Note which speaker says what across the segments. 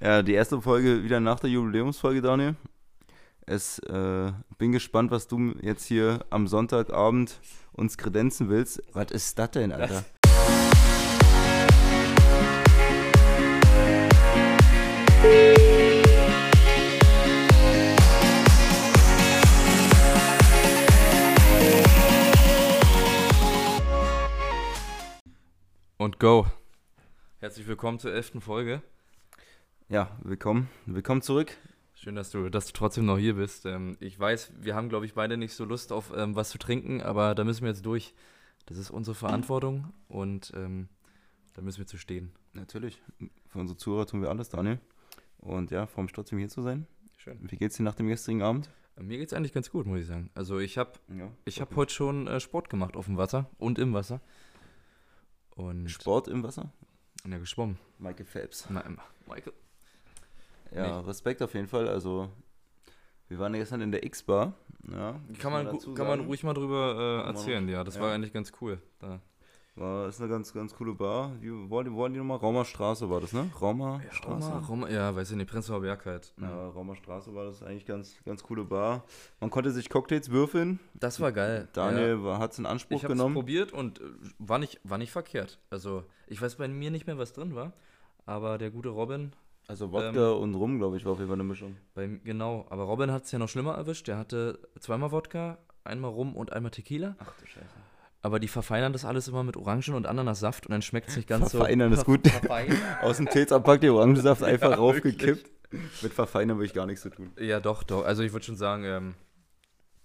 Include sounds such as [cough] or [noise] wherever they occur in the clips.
Speaker 1: Ja, die erste Folge wieder nach der Jubiläumsfolge, Daniel. Es äh, bin gespannt, was du jetzt hier am Sonntagabend uns kredenzen willst. Was ist das denn, Alter?
Speaker 2: Und go. Herzlich willkommen zur elften Folge.
Speaker 1: Ja, willkommen. Willkommen zurück.
Speaker 2: Schön, dass du, dass du trotzdem noch hier bist. Ähm, ich weiß, wir haben, glaube ich, beide nicht so Lust auf ähm, was zu trinken, aber da müssen wir jetzt durch. Das ist unsere Verantwortung und ähm, da müssen wir zu stehen.
Speaker 1: Natürlich. Für unsere Zuhörer tun wir alles, Daniel. Und ja, freue mich trotzdem hier zu sein.
Speaker 2: Schön.
Speaker 1: Wie geht's dir nach dem gestrigen Abend?
Speaker 2: Mir geht's eigentlich ganz gut, muss ich sagen. Also ich habe
Speaker 1: Ja.
Speaker 2: ich hab heute schon äh, Sport gemacht auf dem Wasser und im Wasser. Und
Speaker 1: Sport im Wasser?
Speaker 2: ja, geschwommen.
Speaker 1: Michael Phelps.
Speaker 2: Nein, Michael.
Speaker 1: Ja, Respekt auf jeden Fall. Also, wir waren gestern in der X-Bar. Ja, muss
Speaker 2: Kann man,
Speaker 1: dazu
Speaker 2: gu- kann man
Speaker 1: sagen.
Speaker 2: ruhig mal drüber äh,
Speaker 1: man
Speaker 2: erzählen, ja. Das
Speaker 1: ja.
Speaker 2: war eigentlich ganz cool. Da.
Speaker 1: War, ist eine ganz, ganz coole Bar. Wie, wo waren die, wo waren die nochmal? Raumer Straße war das, ne? Raumer Straße.
Speaker 2: Roma, Roma, ja, weiß ich nicht, Prenzlauer Berg halt.
Speaker 1: Ja, Raumer Straße war das eigentlich ganz, ganz coole Bar. Man konnte sich Cocktails würfeln.
Speaker 2: Das war geil. ja.
Speaker 1: Daniel hat es in Anspruch
Speaker 2: ich habe es
Speaker 1: genommen.
Speaker 2: probiert und äh, war nicht, war nicht verkehrt. Also, ich weiß bei mir nicht mehr, was drin war, aber der gute Robin, ähm,
Speaker 1: Also Wodka und Rum, glaube ich, war auf jeden Fall eine Mischung.
Speaker 2: bei, m- genau, aber Robin hat es ja noch schlimmer erwischt. Der hatte zweimal Wodka, einmal Rum und einmal Tequila,
Speaker 1: Ach du Scheiße.
Speaker 2: aber die verfeinern das alles immer mit Orangen- und Ananassaft und dann schmeckt es nicht ganz
Speaker 1: Verfeinern
Speaker 2: so.
Speaker 1: ist [laughs] gut. Aus dem Tetzabpack die Orangensaft einfach raufgekippt. Mit Verfeinern würde ich gar nichts zu tun.
Speaker 2: [laughs] Ja, doch, doch. Also, ich würde schon sagen, ähm,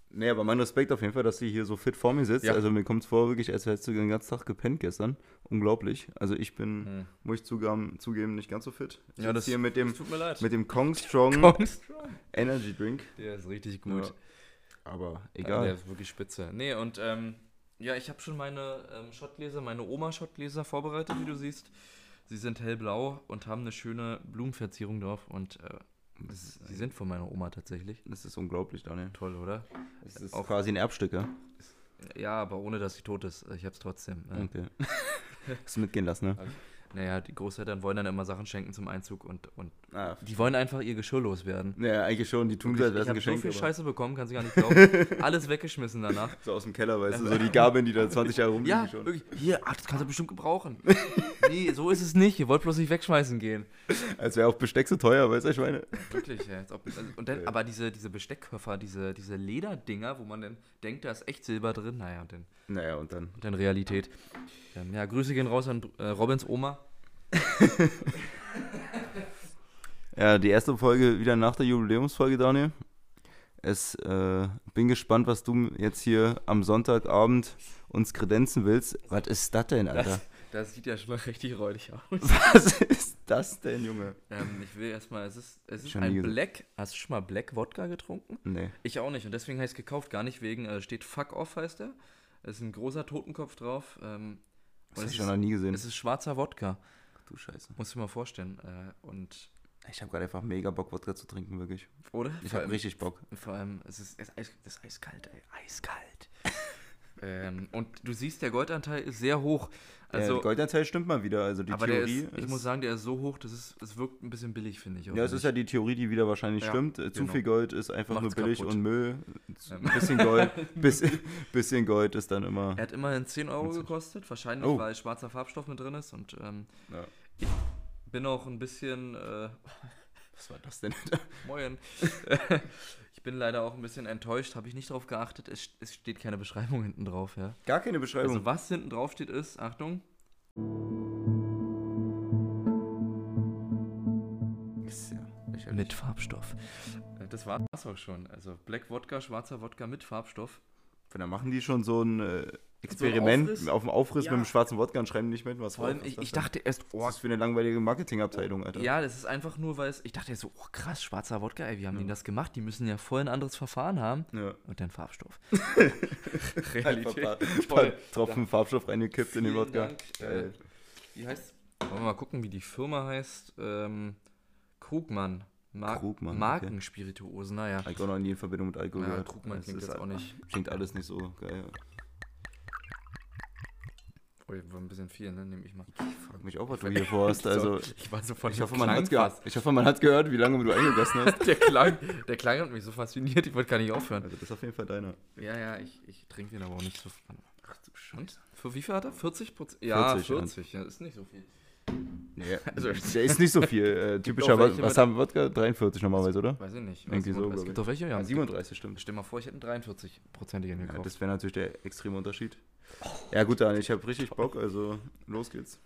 Speaker 1: Nee, aber mein Respekt auf jeden Fall, dass sie hier so fit vor mir sitzt.
Speaker 2: Ja.
Speaker 1: Also mir kommt es vor, wirklich, als hättest du den ganzen Tag gepennt gestern. Unglaublich. Also ich bin, muss ich zugeben, zugeben, nicht ganz so fit. Ich
Speaker 2: Hm. Ja,
Speaker 1: sitz
Speaker 2: das-
Speaker 1: hier mit dem,
Speaker 2: es tut mir leid.
Speaker 1: mit dem
Speaker 2: [laughs]
Speaker 1: Kong Strong Energy Drink.
Speaker 2: der ist richtig gut.
Speaker 1: Ja. Aber
Speaker 2: Ja,
Speaker 1: egal.
Speaker 2: der ist wirklich spitze. Nee, und ähm, ja, ich habe schon meine ähm, Schottgläser, meine Oma-Schottgläser vorbereitet, wie du siehst. Sie sind hellblau und haben eine schöne Blumenverzierung drauf und äh, das, sie sind von meiner Oma tatsächlich.
Speaker 1: das ist unglaublich, Daniel.
Speaker 2: Toll, oder?
Speaker 1: Das ist
Speaker 2: Auch-
Speaker 1: quasi ein Erbstück, ja?
Speaker 2: Ja, aber ohne, dass sie tot ist. Ich hab's trotzdem. Äh,
Speaker 1: Okay. Hast du mitgehen lassen,
Speaker 2: [laughs]
Speaker 1: ne?
Speaker 2: Naja, die Großeltern wollen dann immer Sachen schenken zum Einzug und, und
Speaker 1: Ah, f-
Speaker 2: die wollen einfach ihr Geschirr loswerden.
Speaker 1: naja, eigentlich schon, die tun so, als
Speaker 2: Ich
Speaker 1: wäre es ein
Speaker 2: habe so
Speaker 1: Geschenk.
Speaker 2: viel
Speaker 1: aber
Speaker 2: Scheiße bekommen, kannst
Speaker 1: [laughs]
Speaker 2: du gar nicht glauben. Alles weggeschmissen danach.
Speaker 1: so aus dem Keller, weißt
Speaker 2: [laughs]
Speaker 1: du, so die Gabeln, die da 20 Jahre rumliegen
Speaker 2: Ja,
Speaker 1: schon.
Speaker 2: wirklich. Hier, ach, das kannst du bestimmt [laughs] gebrauchen. nee, so ist es nicht. Ihr wollt bloß nicht wegschmeißen gehen.
Speaker 1: Als wäre auch Besteck so teuer, weißt du, ich meine.
Speaker 2: Wirklich, ja. Als ob, also, und dann, aber diese, diese Besteckköffer, diese, diese Lederdinger, wo man dann denkt, da ist echt Silber drin. Naja, und dann,
Speaker 1: Naja, und dann.
Speaker 2: und dann Realität. Ähm, ja, Grüße gehen raus an äh, Robins Oma.
Speaker 1: Ja, die erste Folge wieder nach der Jubiläumsfolge, Daniel. Es äh, bin gespannt, was du jetzt hier am Sonntagabend uns kredenzen willst. Was ist das denn, Alter?
Speaker 2: Das sieht ja schon mal richtig räudig aus.
Speaker 1: [laughs] Was ist das denn, Junge?
Speaker 2: ähm, ich will erstmal, es ist, es ist
Speaker 1: Schon nie
Speaker 2: ein
Speaker 1: gesehen.
Speaker 2: Black. Hast du schon mal Black Wodka getrunken?
Speaker 1: Nee.
Speaker 2: Ich auch nicht. Und deswegen heißt es gekauft gar nicht, wegen äh, steht Fuck Off heißt der. Es ist ein großer Totenkopf drauf. Ähm,
Speaker 1: Das habe
Speaker 2: und es
Speaker 1: ich
Speaker 2: ist,
Speaker 1: schon noch nie gesehen.
Speaker 2: es ist schwarzer Wodka.
Speaker 1: du Scheiße.
Speaker 2: Muss ich mir mal vorstellen. Äh, und,
Speaker 1: Ich habe gerade einfach mega Bock, Wodka zu trinken, wirklich.
Speaker 2: oder?
Speaker 1: Ich
Speaker 2: Vor
Speaker 1: habe
Speaker 2: allem-
Speaker 1: richtig Bock.
Speaker 2: Vor allem, es ist, es ist, eis, es ist eiskalt, ey.
Speaker 1: [laughs]
Speaker 2: Eiskalt. ähm, und du siehst, der Goldanteil ist sehr hoch.
Speaker 1: Also,
Speaker 2: Also,
Speaker 1: der Goldanteil stimmt mal wieder. Also die
Speaker 2: aber
Speaker 1: Theorie.
Speaker 2: der ist, ich muss sagen, der ist so hoch, dass es, es wirkt ein bisschen billig, finde ich. auch,
Speaker 1: ja, es
Speaker 2: wenn
Speaker 1: ist
Speaker 2: ich-
Speaker 1: ja die Theorie, die wieder wahrscheinlich
Speaker 2: Ja,
Speaker 1: stimmt. Äh, Zu
Speaker 2: genau.
Speaker 1: viel Gold ist einfach
Speaker 2: Macht's
Speaker 1: nur billig
Speaker 2: kaputt.
Speaker 1: und Müll. Ein
Speaker 2: Ähm.
Speaker 1: bisschen Gold, [laughs] bisschen, bisschen Gold ist dann immer.
Speaker 2: Er hat immerhin 10 Euro gekostet, wahrscheinlich,
Speaker 1: Oh.
Speaker 2: weil schwarzer Farbstoff mit drin ist. Und ähm,
Speaker 1: Ja.
Speaker 2: ich bin auch ein bisschen. Äh, [laughs]
Speaker 1: Was war das denn? [laughs]
Speaker 2: moin. ich bin leider auch ein bisschen enttäuscht, habe ich nicht drauf geachtet. Es, es steht keine Beschreibung hinten drauf, ja.
Speaker 1: Gar keine Beschreibung.
Speaker 2: Also was hinten drauf steht ist, Achtung,
Speaker 1: ist ja lächerlich.
Speaker 2: mit Farbstoff. Äh, Das war's auch schon. Also Black Wodka, schwarzer Wodka mit Farbstoff.
Speaker 1: Wenn dann machen die schon so ein äh, Experiment
Speaker 2: Aufriss?
Speaker 1: auf dem Aufriss
Speaker 2: Ja.
Speaker 1: mit dem schwarzen Wodka und schreiben nicht mit, was
Speaker 2: Vor allem,
Speaker 1: drauf ist.
Speaker 2: ich,
Speaker 1: Was
Speaker 2: ich
Speaker 1: denn?
Speaker 2: dachte erst,
Speaker 1: Was
Speaker 2: oh,
Speaker 1: ist das für eine langweilige Marketingabteilung, Alter?
Speaker 2: ja, das ist einfach nur, weil es, ich dachte erst so, oh krass, schwarzer Wodka, ey, wie haben die das gemacht? Die müssen ja voll ein anderes Verfahren haben.
Speaker 1: Ja.
Speaker 2: Und
Speaker 1: [laughs]
Speaker 2: dann Farbstoff.
Speaker 1: Einfach ein
Speaker 2: [laughs]
Speaker 1: paar,
Speaker 2: Toll.
Speaker 1: paar Tropfen Farbstoff reingekippt in den
Speaker 2: Vielen
Speaker 1: Wodka.
Speaker 2: Dank,
Speaker 1: Geil.
Speaker 2: äh, wie heißt Wollen wir mal gucken, wie die Firma heißt. Ähm, Krugmann. Mar
Speaker 1: Krugmann, okay.
Speaker 2: Markenspirituosen, naja.
Speaker 1: Hab Ich auch noch nie in Verbindung mit Alkohol
Speaker 2: Ja,
Speaker 1: gehört.
Speaker 2: Krugmann
Speaker 1: Das halt
Speaker 2: klingt
Speaker 1: ist
Speaker 2: jetzt auch
Speaker 1: einfach-
Speaker 2: nicht.
Speaker 1: Klingt alles nicht so geil.
Speaker 2: Oh, das war ein bisschen viel, ne? Nehme ich mal.
Speaker 1: Frag mich auch, was
Speaker 2: [laughs]
Speaker 1: du hier vorhast. Also,
Speaker 2: ich war sofort
Speaker 1: ich
Speaker 2: der
Speaker 1: hoffe, man hat
Speaker 2: Klang
Speaker 1: gehört, ich hoffe, man hat gehört, wie lange du eingegessen hast.
Speaker 2: [laughs] fast- Der Klang, der Klang hat mich so fasziniert, ich wollte gar nicht aufhören.
Speaker 1: Also, das ist auf jeden Fall deiner.
Speaker 2: Ja, ja, ich, ich trinke den aber auch nicht so. Ach du Scheiße. Für wie viel hat er? 40 Prozent? Ja, 40.
Speaker 1: 40, ja.
Speaker 2: ja, ist nicht so viel.
Speaker 1: Nee,
Speaker 2: Also-
Speaker 1: also, der ist nicht so viel. Äh, typischer,
Speaker 2: auch welche
Speaker 1: was, was
Speaker 2: mit-
Speaker 1: haben wir? Wodka? 43 normalerweise, oder?
Speaker 2: Weiß ich nicht.
Speaker 1: Irgendwie so,
Speaker 2: es
Speaker 1: glaub
Speaker 2: gibt
Speaker 1: ich.
Speaker 2: doch welche, ja.
Speaker 1: Ah, 37, stimmt.
Speaker 2: Stell mal vor, ich hätte einen 43-prozentigen
Speaker 1: Ja,
Speaker 2: gekauft.
Speaker 1: das wäre natürlich der extreme Unterschied. Ja gut, Daniel, ich habe richtig Bock, also los geht's.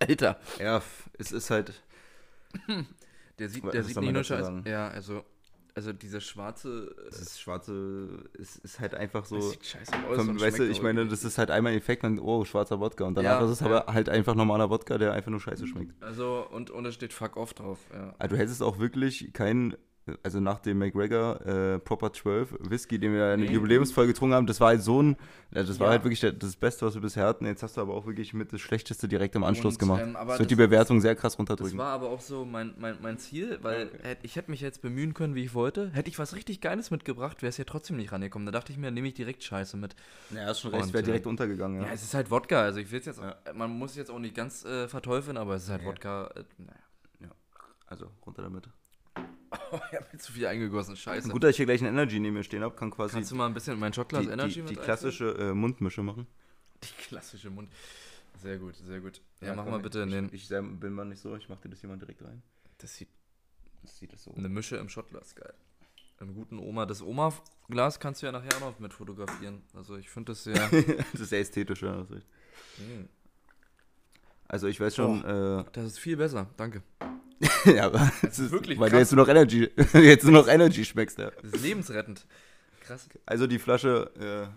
Speaker 2: Alter.
Speaker 1: Ja, es ist halt,
Speaker 2: Der sieht,
Speaker 1: Was
Speaker 2: der
Speaker 1: soll
Speaker 2: sieht
Speaker 1: man
Speaker 2: nicht nur
Speaker 1: dazu
Speaker 2: scheiße.
Speaker 1: sagen?
Speaker 2: Ja, also, also dieser schwarze.
Speaker 1: es ist schwarze, es ist halt einfach
Speaker 2: äh,
Speaker 1: so,
Speaker 2: sieht scheiße aus.
Speaker 1: vom,
Speaker 2: und
Speaker 1: weißt du,
Speaker 2: schmeckt
Speaker 1: ich
Speaker 2: aber
Speaker 1: meine,
Speaker 2: irgendwie-
Speaker 1: das ist halt einmal ein Effekt, dann, oh, schwarzer Wodka und danach
Speaker 2: Ja,
Speaker 1: ist es aber halt einfach normaler Wodka, der einfach nur scheiße schmeckt.
Speaker 2: Also, und, und da steht Fuck off drauf. Ja.
Speaker 1: Also du hättest auch wirklich keinen, also nach dem McGregor äh, Proper 12 Whisky, den wir in der
Speaker 2: Nee.
Speaker 1: Jubiläumsfolge getrunken haben, das war halt so ein, das war
Speaker 2: Ja.
Speaker 1: halt wirklich der- das Beste, was wir bisher hatten. Jetzt hast du aber auch wirklich mit das Schlechteste direkt im Anschluss
Speaker 2: Und,
Speaker 1: gemacht.
Speaker 2: ähm, aber
Speaker 1: das wird
Speaker 2: das-
Speaker 1: die Bewertung sehr krass
Speaker 2: Das
Speaker 1: runterdrücken.
Speaker 2: war aber auch so mein, mein, mein Ziel, weil
Speaker 1: Ah, Okay.
Speaker 2: hätt- ich hätte mich jetzt bemühen können, wie ich wollte. Hätte ich was richtig Geiles mitgebracht, wäre es ja trotzdem nicht rangekommen. Da dachte ich mir, nehme ich direkt Scheiße mit.
Speaker 1: Ja, ist schon
Speaker 2: recht,
Speaker 1: recht,
Speaker 2: es wär
Speaker 1: wäre
Speaker 2: direkt
Speaker 1: direkt untergegangen.
Speaker 2: äh, Ja,
Speaker 1: Ja.
Speaker 2: es ist halt Wodka, also ich will jetzt,
Speaker 1: Ja.
Speaker 2: man muss jetzt auch nicht ganz äh, verteufeln, aber es ist halt
Speaker 1: Ja.
Speaker 2: Wodka, äh, naja. [laughs]
Speaker 1: Also, runter damit.
Speaker 2: Oh, ich habe mir zu viel eingegossen, scheiße.
Speaker 1: Gut, dass ich hier gleich einen Energy neben mir stehen habe, kann quasi
Speaker 2: Kannst du mal ein bisschen in mein Shotglas
Speaker 1: die,
Speaker 2: Energy
Speaker 1: die, die
Speaker 2: mit
Speaker 1: klassische äh, Mundmische machen.
Speaker 2: einfüllen? Die klassische Mund. Sehr gut, sehr gut. Ja, mach mal bitte
Speaker 1: ich,
Speaker 2: einen,
Speaker 1: Ich, ich selber bin mal nicht so, ich mach dir das hier mal direkt rein.
Speaker 2: das sieht,
Speaker 1: Das sieht das so.
Speaker 2: eine Mische im Shotglas, geil. Im guten Oma, das Oma-Glas kannst du ja nachher auch noch mit fotografieren. Also ich finde
Speaker 1: [laughs]
Speaker 2: das sehr...
Speaker 1: [laughs] das ist sehr ästhetisch, ja. das ist richtig.
Speaker 2: Hm.
Speaker 1: Also ich weiß schon,
Speaker 2: Oh.
Speaker 1: äh, [laughs]
Speaker 2: Das ist viel besser, danke.
Speaker 1: Ja,
Speaker 2: [laughs]
Speaker 1: aber es ist,
Speaker 2: wirklich
Speaker 1: weil du
Speaker 2: krass.
Speaker 1: jetzt nur noch Energy, [laughs] jetzt nur noch Energy schmeckst. Ja.
Speaker 2: Das ist lebensrettend. Krass.
Speaker 1: Also die Flasche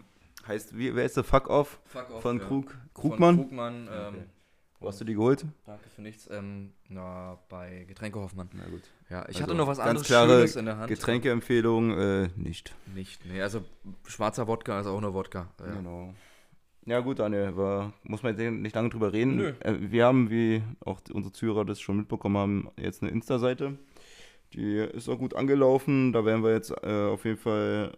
Speaker 1: äh, heißt, wie, wer ist der Fuck Off
Speaker 2: Fuck off.
Speaker 1: von
Speaker 2: ja.
Speaker 1: Krug,
Speaker 2: Von
Speaker 1: Krugmann?
Speaker 2: Krugmann,
Speaker 1: Ja,
Speaker 2: ähm,
Speaker 1: okay. Wo hast du die geholt?
Speaker 2: danke für nichts. Ähm, na, bei Getränke Hoffmann.
Speaker 1: Na gut.
Speaker 2: Ja, ich
Speaker 1: Also,
Speaker 2: hatte noch was
Speaker 1: ganz
Speaker 2: anderes
Speaker 1: klare
Speaker 2: Schönes in der Hand.
Speaker 1: Getränkeempfehlung äh, nicht.
Speaker 2: Nicht, nee, also schwarzer Wodka ist auch nur Wodka. Ja.
Speaker 1: Genau. Ja gut, Daniel, war, muss man jetzt nicht lange drüber reden.
Speaker 2: Nö.
Speaker 1: Äh, wir haben, wie auch die- unsere Zuhörer das schon mitbekommen haben, jetzt eine Insta-Seite. Die ist auch gut angelaufen. Da werden wir jetzt äh, auf jeden Fall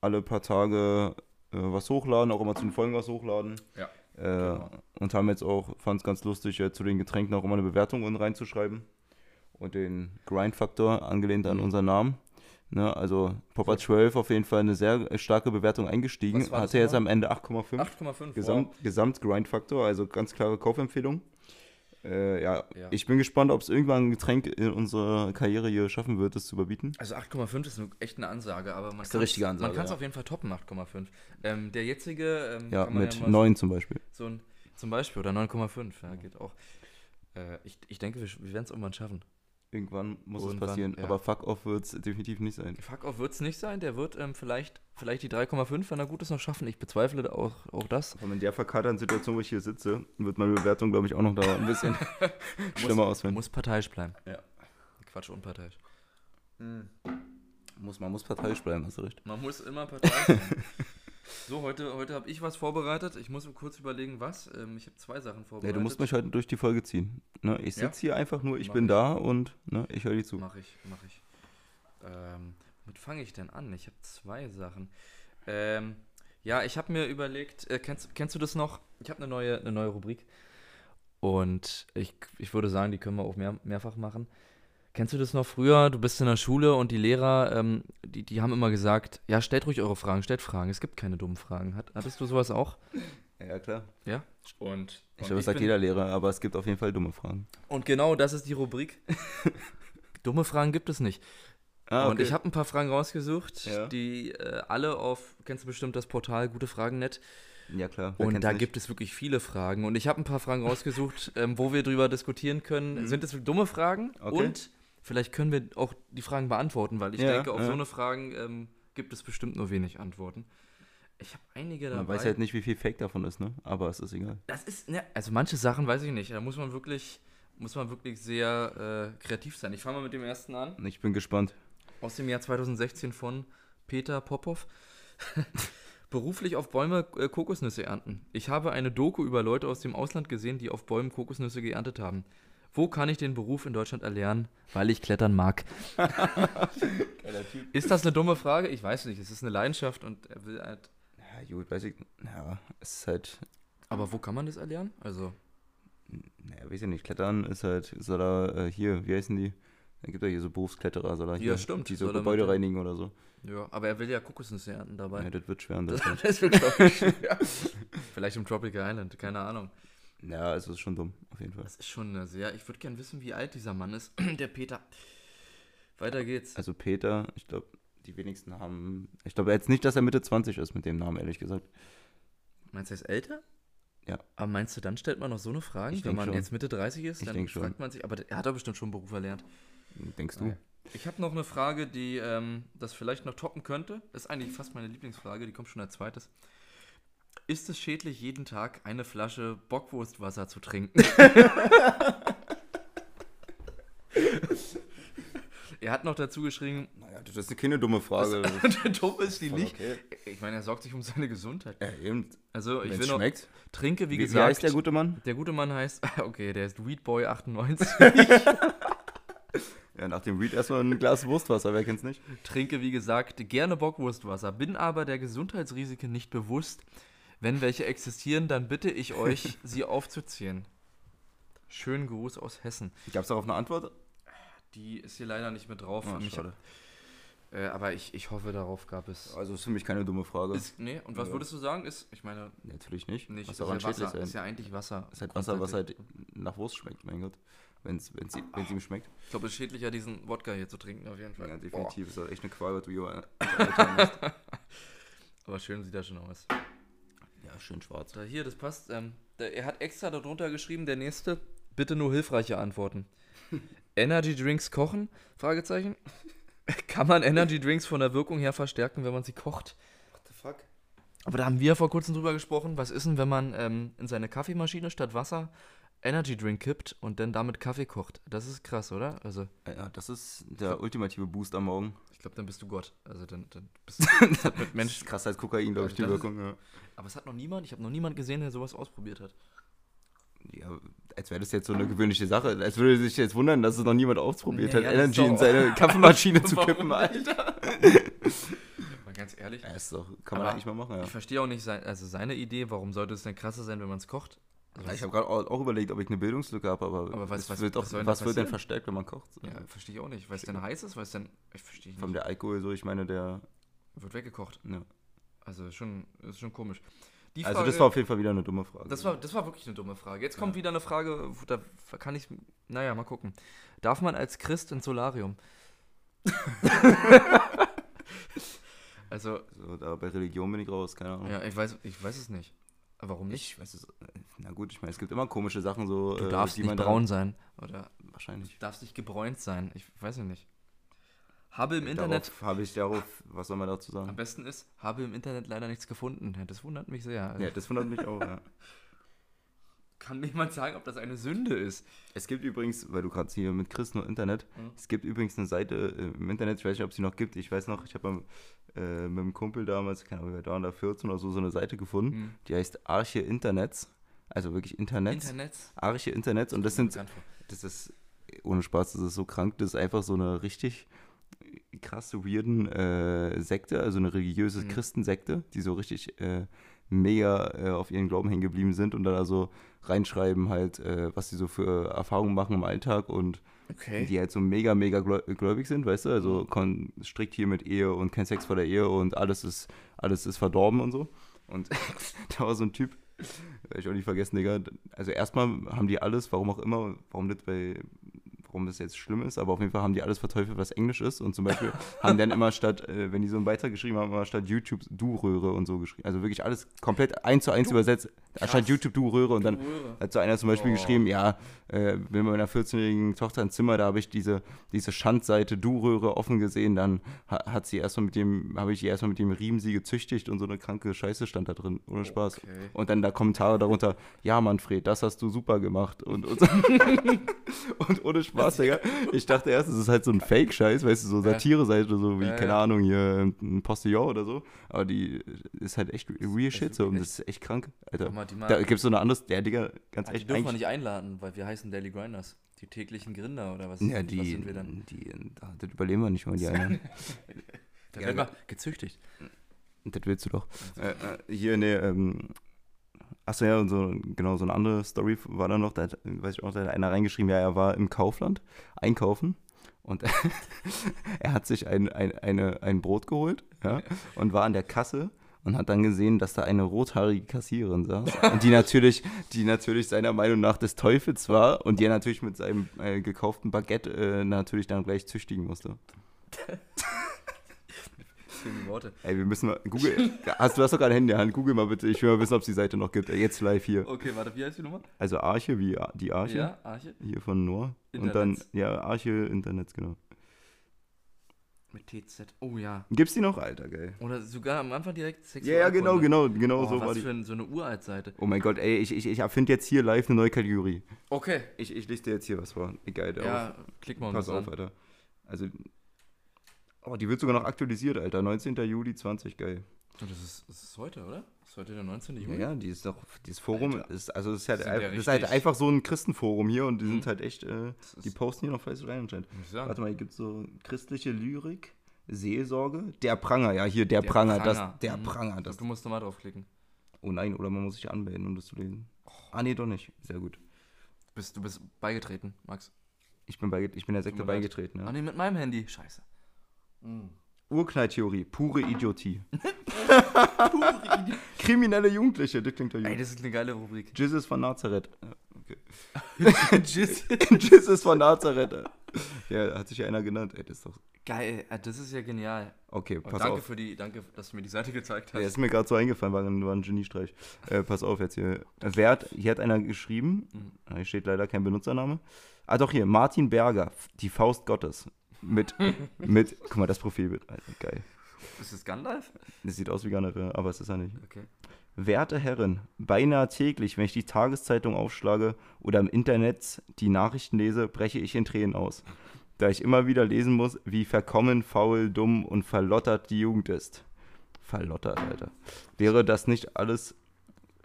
Speaker 1: alle paar Tage äh, was hochladen, auch immer zu den Folgen was hochladen.
Speaker 2: Ja,
Speaker 1: Äh,
Speaker 2: genau.
Speaker 1: Und haben jetzt auch, fand es ganz lustig, äh, zu den Getränken auch immer eine Bewertung unten reinzuschreiben. Und den Grind-Faktor angelehnt
Speaker 2: Mhm.
Speaker 1: an unseren Namen. Ne, also Popper 12 auf jeden Fall eine sehr starke Bewertung eingestiegen.
Speaker 2: Was war das genau?
Speaker 1: Hatte jetzt am
Speaker 2: nochmal?
Speaker 1: Ende 8,5.
Speaker 2: 8,5.
Speaker 1: Gesamt,
Speaker 2: wow.
Speaker 1: Gesamt-Grind-Faktor, also ganz klare Kaufempfehlung. Äh, ja,
Speaker 2: Ja.
Speaker 1: ich bin gespannt, ob es irgendwann ein Getränk in unserer Karriere hier schaffen wird, das zu überbieten.
Speaker 2: Also 8,5 ist eine, echt eine Ansage, aber man
Speaker 1: Ist eine richtige Ansage,
Speaker 2: Man kann es
Speaker 1: ja.
Speaker 2: auf jeden Fall toppen, 8,5. Ähm, der jetzige, ähm,
Speaker 1: Ja,
Speaker 2: kann man
Speaker 1: mit
Speaker 2: ja mal
Speaker 1: 9 zum Beispiel.
Speaker 2: so ein, zum Beispiel, oder 9,5, ja, geht auch. Äh, ich, ich denke, wir, sch- wir werden es irgendwann schaffen.
Speaker 1: Irgendwann muss
Speaker 2: Irgendwann,
Speaker 1: es passieren,
Speaker 2: ja.
Speaker 1: aber fuck off wird es definitiv nicht sein.
Speaker 2: Fuck off wird es nicht sein, der wird ähm, vielleicht, vielleicht die 3,5, wenn er gut ist, noch schaffen. Ich bezweifle auch, auch das.
Speaker 1: Aber in der verkaterten Situation, wo ich hier sitze, wird meine Bewertung, glaube ich, auch noch da ein [laughs] bisschen schlimmer ausfallen.
Speaker 2: Muss parteiisch bleiben.
Speaker 1: Ja.
Speaker 2: Quatsch, unparteiisch.
Speaker 1: Muss, man muss parteiisch bleiben, hast du recht.
Speaker 2: Man muss immer parteiisch
Speaker 1: [laughs]
Speaker 2: sein. So, heute, heute habe ich was vorbereitet. Ich muss kurz überlegen, was. Ähm, ich habe zwei Sachen
Speaker 1: Ja,
Speaker 2: vorbereitet.
Speaker 1: du musst mich heute durch die Folge ziehen. Ne? Ich
Speaker 2: Ja.
Speaker 1: sitze hier einfach nur, ich
Speaker 2: Mach
Speaker 1: bin
Speaker 2: ich.
Speaker 1: da und ne, ich höre dir zu.
Speaker 2: Mach ich, mach ich. Ähm, womit fange ich denn an? Ich habe zwei Sachen. Ähm, ja, ich habe mir überlegt, äh, kennst, kennst du das noch? Ich habe eine neue, eine neue Rubrik. Und ich, ich würde sagen, die können wir auch mehr, mehrfach machen. Kennst du das noch früher? Du bist in der Schule und die Lehrer, ähm, die, die haben immer gesagt, ja, stellt ruhig eure Fragen, stellt Fragen. Es gibt keine dummen Fragen. Hat, hattest du sowas auch?
Speaker 1: Ja, klar.
Speaker 2: Ja. Und,
Speaker 1: Ich glaube, das sagt jeder Lehrer, aber es gibt auf jeden Fall dumme Fragen.
Speaker 2: und genau das ist die Rubrik. [laughs] Dumme Fragen gibt es nicht.
Speaker 1: Ah,
Speaker 2: Und ich habe ein paar Fragen rausgesucht,
Speaker 1: Ja.
Speaker 2: die äh, alle auf, kennst du bestimmt das Portal Gute Fragen net.
Speaker 1: Ja, klar. wer
Speaker 2: Und
Speaker 1: kennt's
Speaker 2: da
Speaker 1: nicht?
Speaker 2: gibt es wirklich viele Fragen. Und ich habe ein paar Fragen
Speaker 1: [laughs]
Speaker 2: rausgesucht, ähm, wo wir drüber diskutieren können. Sind es dumme Fragen?
Speaker 1: Mhm. Okay.
Speaker 2: Und vielleicht können wir auch die Fragen beantworten, weil ich
Speaker 1: Ja,
Speaker 2: denke, auf
Speaker 1: ja.
Speaker 2: so eine Fragen ähm, gibt es bestimmt nur wenig Antworten. Ich habe einige dabei.
Speaker 1: Man weiß halt nicht, wie viel Fake davon ist, ne? Aber es ist egal.
Speaker 2: Das ist, ne, also manche Sachen weiß ich nicht. Da muss man wirklich, muss man wirklich sehr äh, kreativ sein. Ich fange mal mit dem ersten an.
Speaker 1: Und Ich bin gespannt.
Speaker 2: Aus dem Jahr 2016 von Peter Popov. [laughs] Beruflich auf Bäume äh, Kokosnüsse ernten. Ich habe eine Doku über Leute aus dem Ausland gesehen, die auf Bäumen Kokosnüsse geerntet haben. Wo kann ich den Beruf in Deutschland erlernen, weil ich klettern mag?
Speaker 1: Geiler Typ.
Speaker 2: Ist das eine dumme Frage? Ich weiß nicht. Es ist eine Leidenschaft und er will halt.
Speaker 1: Ja, gut, weiß ich. Ja, es ist halt.
Speaker 2: Aber wo kann man das erlernen? Also,
Speaker 1: Naja, weiß ich nicht. Klettern ist halt. Soll da äh, hier, wie heißen die? Da gibt ja hier so Berufskletterer, soll da hier.
Speaker 2: stimmt.
Speaker 1: Die so
Speaker 2: Soll er mit
Speaker 1: Gebäude
Speaker 2: den-
Speaker 1: reinigen oder so.
Speaker 2: ja, aber er will ja Kokosnüsse ernten dabei.
Speaker 1: Ja, das wird [laughs] schwer. Und das
Speaker 2: [laughs] Das, das wird, glaub ich, schwer. Vielleicht im Tropical Island, keine Ahnung.
Speaker 1: ja, also ist schon dumm, auf jeden Fall.
Speaker 2: Das ist schon eine sehr. Ich würde gerne wissen, wie alt dieser Mann ist, [clears throat] der Peter. Weiter geht's.
Speaker 1: Also Peter, ich glaube, die wenigsten haben. Ich glaube jetzt nicht, dass er Mitte 20 ist mit dem Namen, ehrlich gesagt.
Speaker 2: Meinst du, er ist älter?
Speaker 1: Ja.
Speaker 2: Aber meinst du, dann stellt man noch so eine Frage?
Speaker 1: Ich
Speaker 2: Wenn
Speaker 1: denk
Speaker 2: man
Speaker 1: schon.
Speaker 2: jetzt Mitte 30 ist,
Speaker 1: Ich
Speaker 2: dann
Speaker 1: denk
Speaker 2: fragt
Speaker 1: schon.
Speaker 2: man sich, aber der- er hat doch bestimmt schon einen Beruf erlernt.
Speaker 1: Denkst du?
Speaker 2: Ah, Ich habe noch eine Frage, die ähm, das vielleicht noch toppen könnte. Das ist eigentlich fast meine Lieblingsfrage, die kommt schon als zweites. Ist es schädlich, jeden Tag eine Flasche Bockwurstwasser zu trinken? [laughs] er hat noch dazu geschrieben,
Speaker 1: Naja, das ist keine dumme
Speaker 2: [laughs]
Speaker 1: Frage. Das ist
Speaker 2: dumm ist die
Speaker 1: voll
Speaker 2: nicht.
Speaker 1: okay.
Speaker 2: Ich meine, er sorgt sich um seine Gesundheit.
Speaker 1: Ja, eben.
Speaker 2: Also, ich
Speaker 1: Wenn's
Speaker 2: will noch,
Speaker 1: schmeckt.
Speaker 2: trinke, wie,
Speaker 1: Wie, wie,
Speaker 2: gesagt.
Speaker 1: heißt der gute Mann?
Speaker 2: Der gute Mann heißt, [laughs] ah, okay, der ist Weedboy98.
Speaker 1: [laughs] Ja, nach dem Read erstmal ein Glas Wurstwasser, wer kennt's nicht?
Speaker 2: Trinke, wie gesagt, gerne Bockwurstwasser, bin aber der Gesundheitsrisiken nicht bewusst. Wenn welche existieren, dann bitte ich
Speaker 1: [laughs]
Speaker 2: euch, sie aufzuziehen. Schönen Gruß aus Hessen.
Speaker 1: Gab's darauf eine Antwort?
Speaker 2: Die ist hier leider nicht mit drauf.
Speaker 1: Ah,
Speaker 2: Mich-
Speaker 1: schade.
Speaker 2: äh, aber ich, ich hoffe, darauf gab es.
Speaker 1: Also ist für mich keine dumme Frage.
Speaker 2: Ist, nee, und was
Speaker 1: Ja.
Speaker 2: würdest du sagen? Ist, ich meine,
Speaker 1: Natürlich nicht.
Speaker 2: nicht,
Speaker 1: Was
Speaker 2: ist, ja
Speaker 1: daran schädlich
Speaker 2: Wasser,
Speaker 1: sein?
Speaker 2: ist ja eigentlich Wasser.
Speaker 1: Ist halt Wasser, was
Speaker 2: grundsätzlich.
Speaker 1: halt nach Wurst schmeckt, mein Gott. Wenn's, wenn's, wenn's ihm schmeckt.
Speaker 2: Ich glaube, es ist schädlicher, diesen Wodka hier zu trinken, auf jeden Fall.
Speaker 1: Ja,
Speaker 2: Boah.
Speaker 1: definitiv. Ist halt echt eine Qual, was du hier
Speaker 2: Aber schön sieht er schon aus.
Speaker 1: Ja, schön schwarz.
Speaker 2: Da hier, das passt. Ähm, da, er hat extra darunter geschrieben, der nächste, bitte nur hilfreiche [laughs] Antworten. Energy Drinks kochen? Fragezeichen. [laughs] Kann man Energy Drinks von der Wirkung her verstärken, wenn man sie kocht?
Speaker 1: What the fuck?
Speaker 2: Aber da haben wir ja vor kurzem drüber gesprochen. Was ist denn, wenn man ähm, in seine Kaffeemaschine statt Wasser Energy Drink kippt und dann damit Kaffee kocht? Das ist krass, oder? Also,
Speaker 1: Ja, das ist der ultimative Boost am Morgen.
Speaker 2: ich glaube, dann bist du Gott. Also, dann, dann bist du das hat mit
Speaker 1: Mensch,
Speaker 2: Menschen.
Speaker 1: krass als Kokain, glaube ich, die
Speaker 2: Das ist-
Speaker 1: Wirkung. Ja.
Speaker 2: Aber es hat noch niemand, ich habe noch niemand gesehen, der sowas ausprobiert hat.
Speaker 1: ja, als wäre das jetzt so eine gewöhnliche Sache. Als würde sich jetzt wundern, dass es noch niemand ausprobiert
Speaker 2: Naja,
Speaker 1: hat,
Speaker 2: das
Speaker 1: Energy
Speaker 2: ist
Speaker 1: in
Speaker 2: doch-
Speaker 1: seine Kaffeemaschine zu [laughs]
Speaker 2: Warum,
Speaker 1: kippen. Alter.
Speaker 2: Mal ganz ehrlich.
Speaker 1: Ja, ist doch, kann man
Speaker 2: Aber-
Speaker 1: eigentlich mal machen, ja.
Speaker 2: Ich verstehe auch nicht sein, also seine Idee, warum sollte es denn krasser sein, wenn man es kocht?
Speaker 1: Ja, ich habe gerade auch auch überlegt, ob ich eine Bildungslücke habe, aber,
Speaker 2: Aber was-
Speaker 1: es
Speaker 2: was-
Speaker 1: wird
Speaker 2: was
Speaker 1: auch,
Speaker 2: soll denn
Speaker 1: was
Speaker 2: da
Speaker 1: wird denn
Speaker 2: passieren?
Speaker 1: verstärkt, wenn man kocht?
Speaker 2: ja, verstehe ich auch nicht. Weil es dann heiß ist, weil es dann. Ich verstehe
Speaker 1: Vom
Speaker 2: nicht.
Speaker 1: der Alkohol so, ich meine, der.
Speaker 2: Wird weggekocht.
Speaker 1: Ja.
Speaker 2: Also schon, ist schon komisch. Die
Speaker 1: Also, das war auf jeden Fall wieder eine dumme Frage.
Speaker 2: das, war, das war wirklich eine dumme Frage. Jetzt kommt wieder eine Frage, wo- da kann ich. Naja, mal gucken. Darf man als Christ
Speaker 1: [laughs]
Speaker 2: ins Solarium? also,
Speaker 1: so, da bei Religion bin ich raus, keine Ahnung.
Speaker 2: ja, ich weiß, ich weiß es nicht. Warum nicht?
Speaker 1: Oh. Ich äh, weiß es. Na gut, ich meine, es gibt immer komische Sachen, so.
Speaker 2: Du darfst nicht braun sein. Oder
Speaker 1: Da, wahrscheinlich.
Speaker 2: darfst nicht gebräunt sein. Ich weiß ja nicht. Habe im Internet,
Speaker 1: Darauf habe ich darauf, was soll man dazu
Speaker 2: am
Speaker 1: sagen?
Speaker 2: besten ist, habe im Internet leider nichts gefunden. Ja, Das wundert mich sehr. Also,
Speaker 1: Ja, das wundert mich auch, ja.
Speaker 2: Kann mir jemand sagen, ob das eine Sünde ist?
Speaker 1: Es gibt übrigens, weil du gerade hier mit Chris nur Internet,
Speaker 2: Mhm.
Speaker 1: es gibt übrigens eine Seite äh, im Internet, ich weiß nicht, ob es die noch gibt. Ich weiß noch, ich habe äh, mit einem Kumpel damals, keine Ahnung, wir waren da 14 oder so, so eine Seite gefunden,
Speaker 2: Mhm.
Speaker 1: die heißt Arche Internets. Also wirklich Internets.
Speaker 2: Internet?
Speaker 1: Arche Internets und das sind,
Speaker 2: Bekannt vor.
Speaker 1: das ist, ohne Spaß, das ist so krank, das ist einfach so eine richtig krasse, weirden äh, Sekte, also eine religiöse
Speaker 2: Mhm.
Speaker 1: Christensekte, die so richtig äh, mega äh, auf ihren Glauben hängen geblieben sind und da so reinschreiben halt, äh, was sie so für Erfahrungen machen im Alltag und
Speaker 2: Okay.
Speaker 1: die halt so mega, mega gläu- gläubig sind, weißt du, also kon strikt hier mit Ehe und kein Sex vor der Ehe und alles ist, alles ist verdorben und so. Und [laughs] da war so ein Typ, werd ich auch nicht vergessen, Digga. Also erstmal haben die alles, warum auch immer, warum das bei warum das jetzt schlimm ist, aber auf jeden Fall haben die alles verteufelt, was Englisch ist und zum
Speaker 2: [laughs]
Speaker 1: Beispiel haben dann immer statt, äh, wenn die so einen Beitrag geschrieben haben, immer statt YouTube Du-Röhre und so geschrieben. Also wirklich alles komplett eins zu eins übersetzt, statt YouTube Du-Röhre und dann hat so einer zum Beispiel
Speaker 2: Oh.
Speaker 1: geschrieben, ja, äh, wenn meiner 14-jährigen Tochter ein Zimmer, da habe ich diese, diese Schandseite Du-Röhre offen gesehen, dann ha hat sie erstmal mit dem, habe ich die erstmal mit dem Riemen sie gezüchtigt und so eine kranke Scheiße stand da drin, ohne Spaß.
Speaker 2: Okay.
Speaker 1: Und dann da Kommentare darunter, ja Manfred, das hast du super gemacht und, und, so. und ohne Spaß, Digga. Ich dachte erst, es ist halt so ein Fake-Scheiß, weißt du, so Satire-Seite, so wie,
Speaker 2: Ja, ja.
Speaker 1: keine Ahnung, hier ein Postillon oder so, aber die ist halt echt real shit so und
Speaker 2: wirklich
Speaker 1: das ist echt krank, Alter.
Speaker 2: Guck mal, die mal-
Speaker 1: Da gibt's so eine andere, der Digga, ganz
Speaker 2: Ah, die
Speaker 1: echt,
Speaker 2: dürfen wir
Speaker 1: eigentlich,
Speaker 2: nicht einladen, weil wir heißen Daily Grinders. Die täglichen Grinder oder was,
Speaker 1: Ja,
Speaker 2: was
Speaker 1: die,
Speaker 2: sind wir dann?
Speaker 1: die, da- das überleben wir nicht mal, die
Speaker 2: [laughs]
Speaker 1: anderen.
Speaker 2: Da
Speaker 1: Ja,
Speaker 2: werden wir gezüchtigt.
Speaker 1: das willst du doch. Äh, äh, hier, nee, ähm, achso, ja, und so, genau, so eine andere Story war da noch, da hat, weiß ich auch, da hat einer reingeschrieben, ja, er war im Kaufland einkaufen und [laughs] er hat sich ein, ein, eine, ein Brot geholt ja, und war an der Kasse und hat dann gesehen, dass da eine rothaarige Kassiererin [laughs] saß und die natürlich, die natürlich seiner Meinung nach des Teufels war und die er natürlich mit seinem äh, gekauften Baguette äh, natürlich dann gleich züchtigen musste.
Speaker 2: Schöne Worte.
Speaker 1: Ey, wir müssen mal, [laughs] Google, hast du das doch gerade in der Hand, Google mal bitte, ich will mal wissen, ob es die Seite noch gibt. Ey, Jetzt live hier.
Speaker 2: Okay, warte, wie heißt die Nummer?
Speaker 1: Also Arche wie Ar- die Arche.
Speaker 2: Ja, Arche.
Speaker 1: Hier von Noah. Und dann,
Speaker 2: Internets.
Speaker 1: ja, Arche Internets, genau.
Speaker 2: Mit TZ. Oh ja.
Speaker 1: Gibt's die noch, Alter, geil.
Speaker 2: Oder sogar am Anfang direkt
Speaker 1: Ja,
Speaker 2: sexuell.
Speaker 1: ja, genau, genau, genau
Speaker 2: Oh,
Speaker 1: so
Speaker 2: was
Speaker 1: war die.
Speaker 2: für ein, so eine Uraltseite.
Speaker 1: Oh mein Gott, ey, ich, ich, ich erfinde jetzt hier live eine neue Kategorie.
Speaker 2: Okay.
Speaker 1: Ich, ich lese dir jetzt hier was vor. Egal, da
Speaker 2: Ja, klick mal
Speaker 1: auf.
Speaker 2: uns
Speaker 1: Pass
Speaker 2: an.
Speaker 1: auf, Alter. Also, oh, die wird sogar noch aktualisiert, Alter. 19. Juli 20, geil.
Speaker 2: So, Das ist, das ist heute, oder? Ist heute der 19.
Speaker 1: Ja,
Speaker 2: Juli?
Speaker 1: ja die ist doch, dieses Forum
Speaker 2: Alter.
Speaker 1: ist, also es ist halt,
Speaker 2: Die sind ja
Speaker 1: ein- das ist halt
Speaker 2: richtig-
Speaker 1: einfach so ein Christenforum hier und die
Speaker 2: Mhm.
Speaker 1: sind halt echt, äh,
Speaker 2: Das
Speaker 1: die
Speaker 2: ist,
Speaker 1: posten hier noch fleißig rein anscheinend.
Speaker 2: muss ich sagen.
Speaker 1: Warte mal, hier gibt es so christliche Lyrik, Seelsorge, der Pranger, ja, hier, der, Pranger, das, der
Speaker 2: Mhm.
Speaker 1: Pranger,
Speaker 2: Ich glaub,
Speaker 1: das.
Speaker 2: Du musst nochmal draufklicken.
Speaker 1: Oh nein, oder man muss sich anmelden, um das zu lesen. Ah, nee, doch nicht. Sehr gut.
Speaker 2: Bist, du bist beigetreten, Max.
Speaker 1: Ich bin, beiget- ich bin der
Speaker 2: mir
Speaker 1: Sekte
Speaker 2: leid.
Speaker 1: beigetreten.
Speaker 2: Ah
Speaker 1: Ja.
Speaker 2: nee, mit meinem Handy. Scheiße.
Speaker 1: Urknalltheorie, pure
Speaker 2: [laughs]
Speaker 1: Idiotie. [laughs] Kriminelle Jugendliche, das
Speaker 2: [laughs]
Speaker 1: klingt doch
Speaker 2: Ey,
Speaker 1: gut.
Speaker 2: das ist eine geile Rubrik.
Speaker 1: Jesus von Nazareth. Äh,
Speaker 2: Tschüss.
Speaker 1: [laughs] Jesus von Nazareth. äh. Ja, hat sich ja einer genannt. Ey, das ist doch.
Speaker 2: Geil, ah, das ist ja genial.
Speaker 1: Okay,
Speaker 2: Und
Speaker 1: pass
Speaker 2: Oh, danke
Speaker 1: auf.
Speaker 2: für die, danke, dass du mir die Seite gezeigt
Speaker 1: Der
Speaker 2: hast.
Speaker 1: ist mir gerade so eingefallen, war, ein- war ein Geniestreich. Äh, pass auf jetzt hier. Wer hat, hier hat einer geschrieben,
Speaker 2: Mhm.
Speaker 1: Ah, hier steht leider kein Benutzername. Ah doch, hier, Martin Berger, die Faust Gottes.
Speaker 2: [laughs]
Speaker 1: Mit, mit, guck mal, das Profilbild, Alter, geil.
Speaker 2: Ist das Gandalf?
Speaker 1: Das sieht aus wie Ganere, aber es ist er nicht.
Speaker 2: Okay.
Speaker 1: Werte Herren, beinahe täglich, wenn ich die Tageszeitung aufschlage oder im Internet die Nachrichten lese, breche ich in Tränen aus, da ich immer wieder lesen muss, wie verkommen, faul, dumm und verlottert die Jugend ist. Verlottert, Alter. Wäre das nicht alles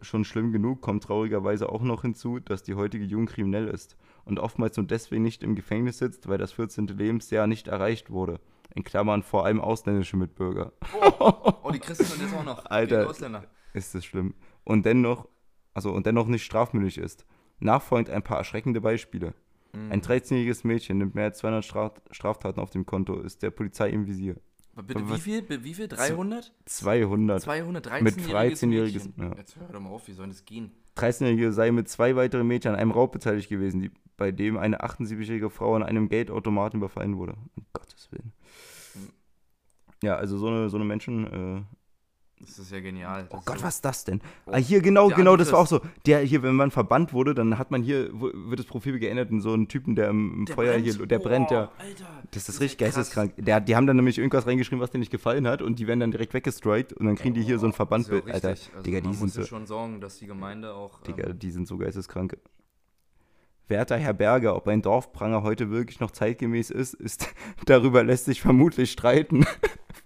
Speaker 1: schon schlimm genug, kommt traurigerweise auch noch hinzu, dass die heutige Jugend kriminell ist und oftmals nur deswegen nicht im Gefängnis sitzt, weil das 14. Lebensjahr nicht erreicht wurde. In Klammern vor allem ausländische Mitbürger.
Speaker 2: Oh, die Christen sind jetzt auch
Speaker 1: [laughs]
Speaker 2: noch.
Speaker 1: Alter.
Speaker 2: Die Ausländer.
Speaker 1: ist das schlimm. Und dennoch, also und dennoch nicht strafmündig ist. Nachfolgend ein paar erschreckende Beispiele. Ein 13-jähriges Mädchen nimmt mehr als 200 Stra Straftaten auf dem Konto, ist der Polizei im Visier.
Speaker 2: Bitte, wie
Speaker 1: Was?
Speaker 2: viel? Bi- Wie viel? 300?
Speaker 1: 200.
Speaker 2: 200, 13
Speaker 1: Mit 13-jähriges, ja.
Speaker 2: Jetzt hör doch mal auf, wie soll das gehen?
Speaker 1: 13-jährige sei mit zwei weiteren Mädchen an einem Raub beteiligt gewesen, die, bei dem eine 78-jährige Frau an einem Geldautomaten überfallen wurde. Um Gottes Willen. Ja, also so eine, so eine Menschen. Äh,
Speaker 2: Das ist ja genial.
Speaker 1: Oh
Speaker 2: Das
Speaker 1: Gott,
Speaker 2: ist Oh.
Speaker 1: was ist das denn? Ah, hier, genau,
Speaker 2: Der
Speaker 1: genau, das war auch
Speaker 2: Antichrist.
Speaker 1: so. Der hier, wenn man verbannt wurde, dann hat man hier, wo- wird das Profil geändert in so einen Typen, der im
Speaker 2: Der
Speaker 1: Feuer
Speaker 2: brennt.
Speaker 1: hier, der brennt, ja.
Speaker 2: Boah, Alter.
Speaker 1: Das ist
Speaker 2: ja
Speaker 1: richtig
Speaker 2: krass.
Speaker 1: geisteskrank. Der, die haben dann nämlich irgendwas reingeschrieben, was denen nicht gefallen hat und die werden dann direkt weggestrikt und dann kriegen die hier so ein
Speaker 2: Das ist ja auch
Speaker 1: Verbandbild. Alter,
Speaker 2: richtig. Also
Speaker 1: Digga, die
Speaker 2: man
Speaker 1: sind
Speaker 2: muss
Speaker 1: so,
Speaker 2: ja schon sorgen, dass die Gemeinde auch. ähm,
Speaker 1: Digga, äh, die sind so geisteskrank. Werter Herr Berger, ob ein Dorfpranger heute wirklich noch zeitgemäß ist, ist [laughs] darüber lässt sich vermutlich streiten. [laughs]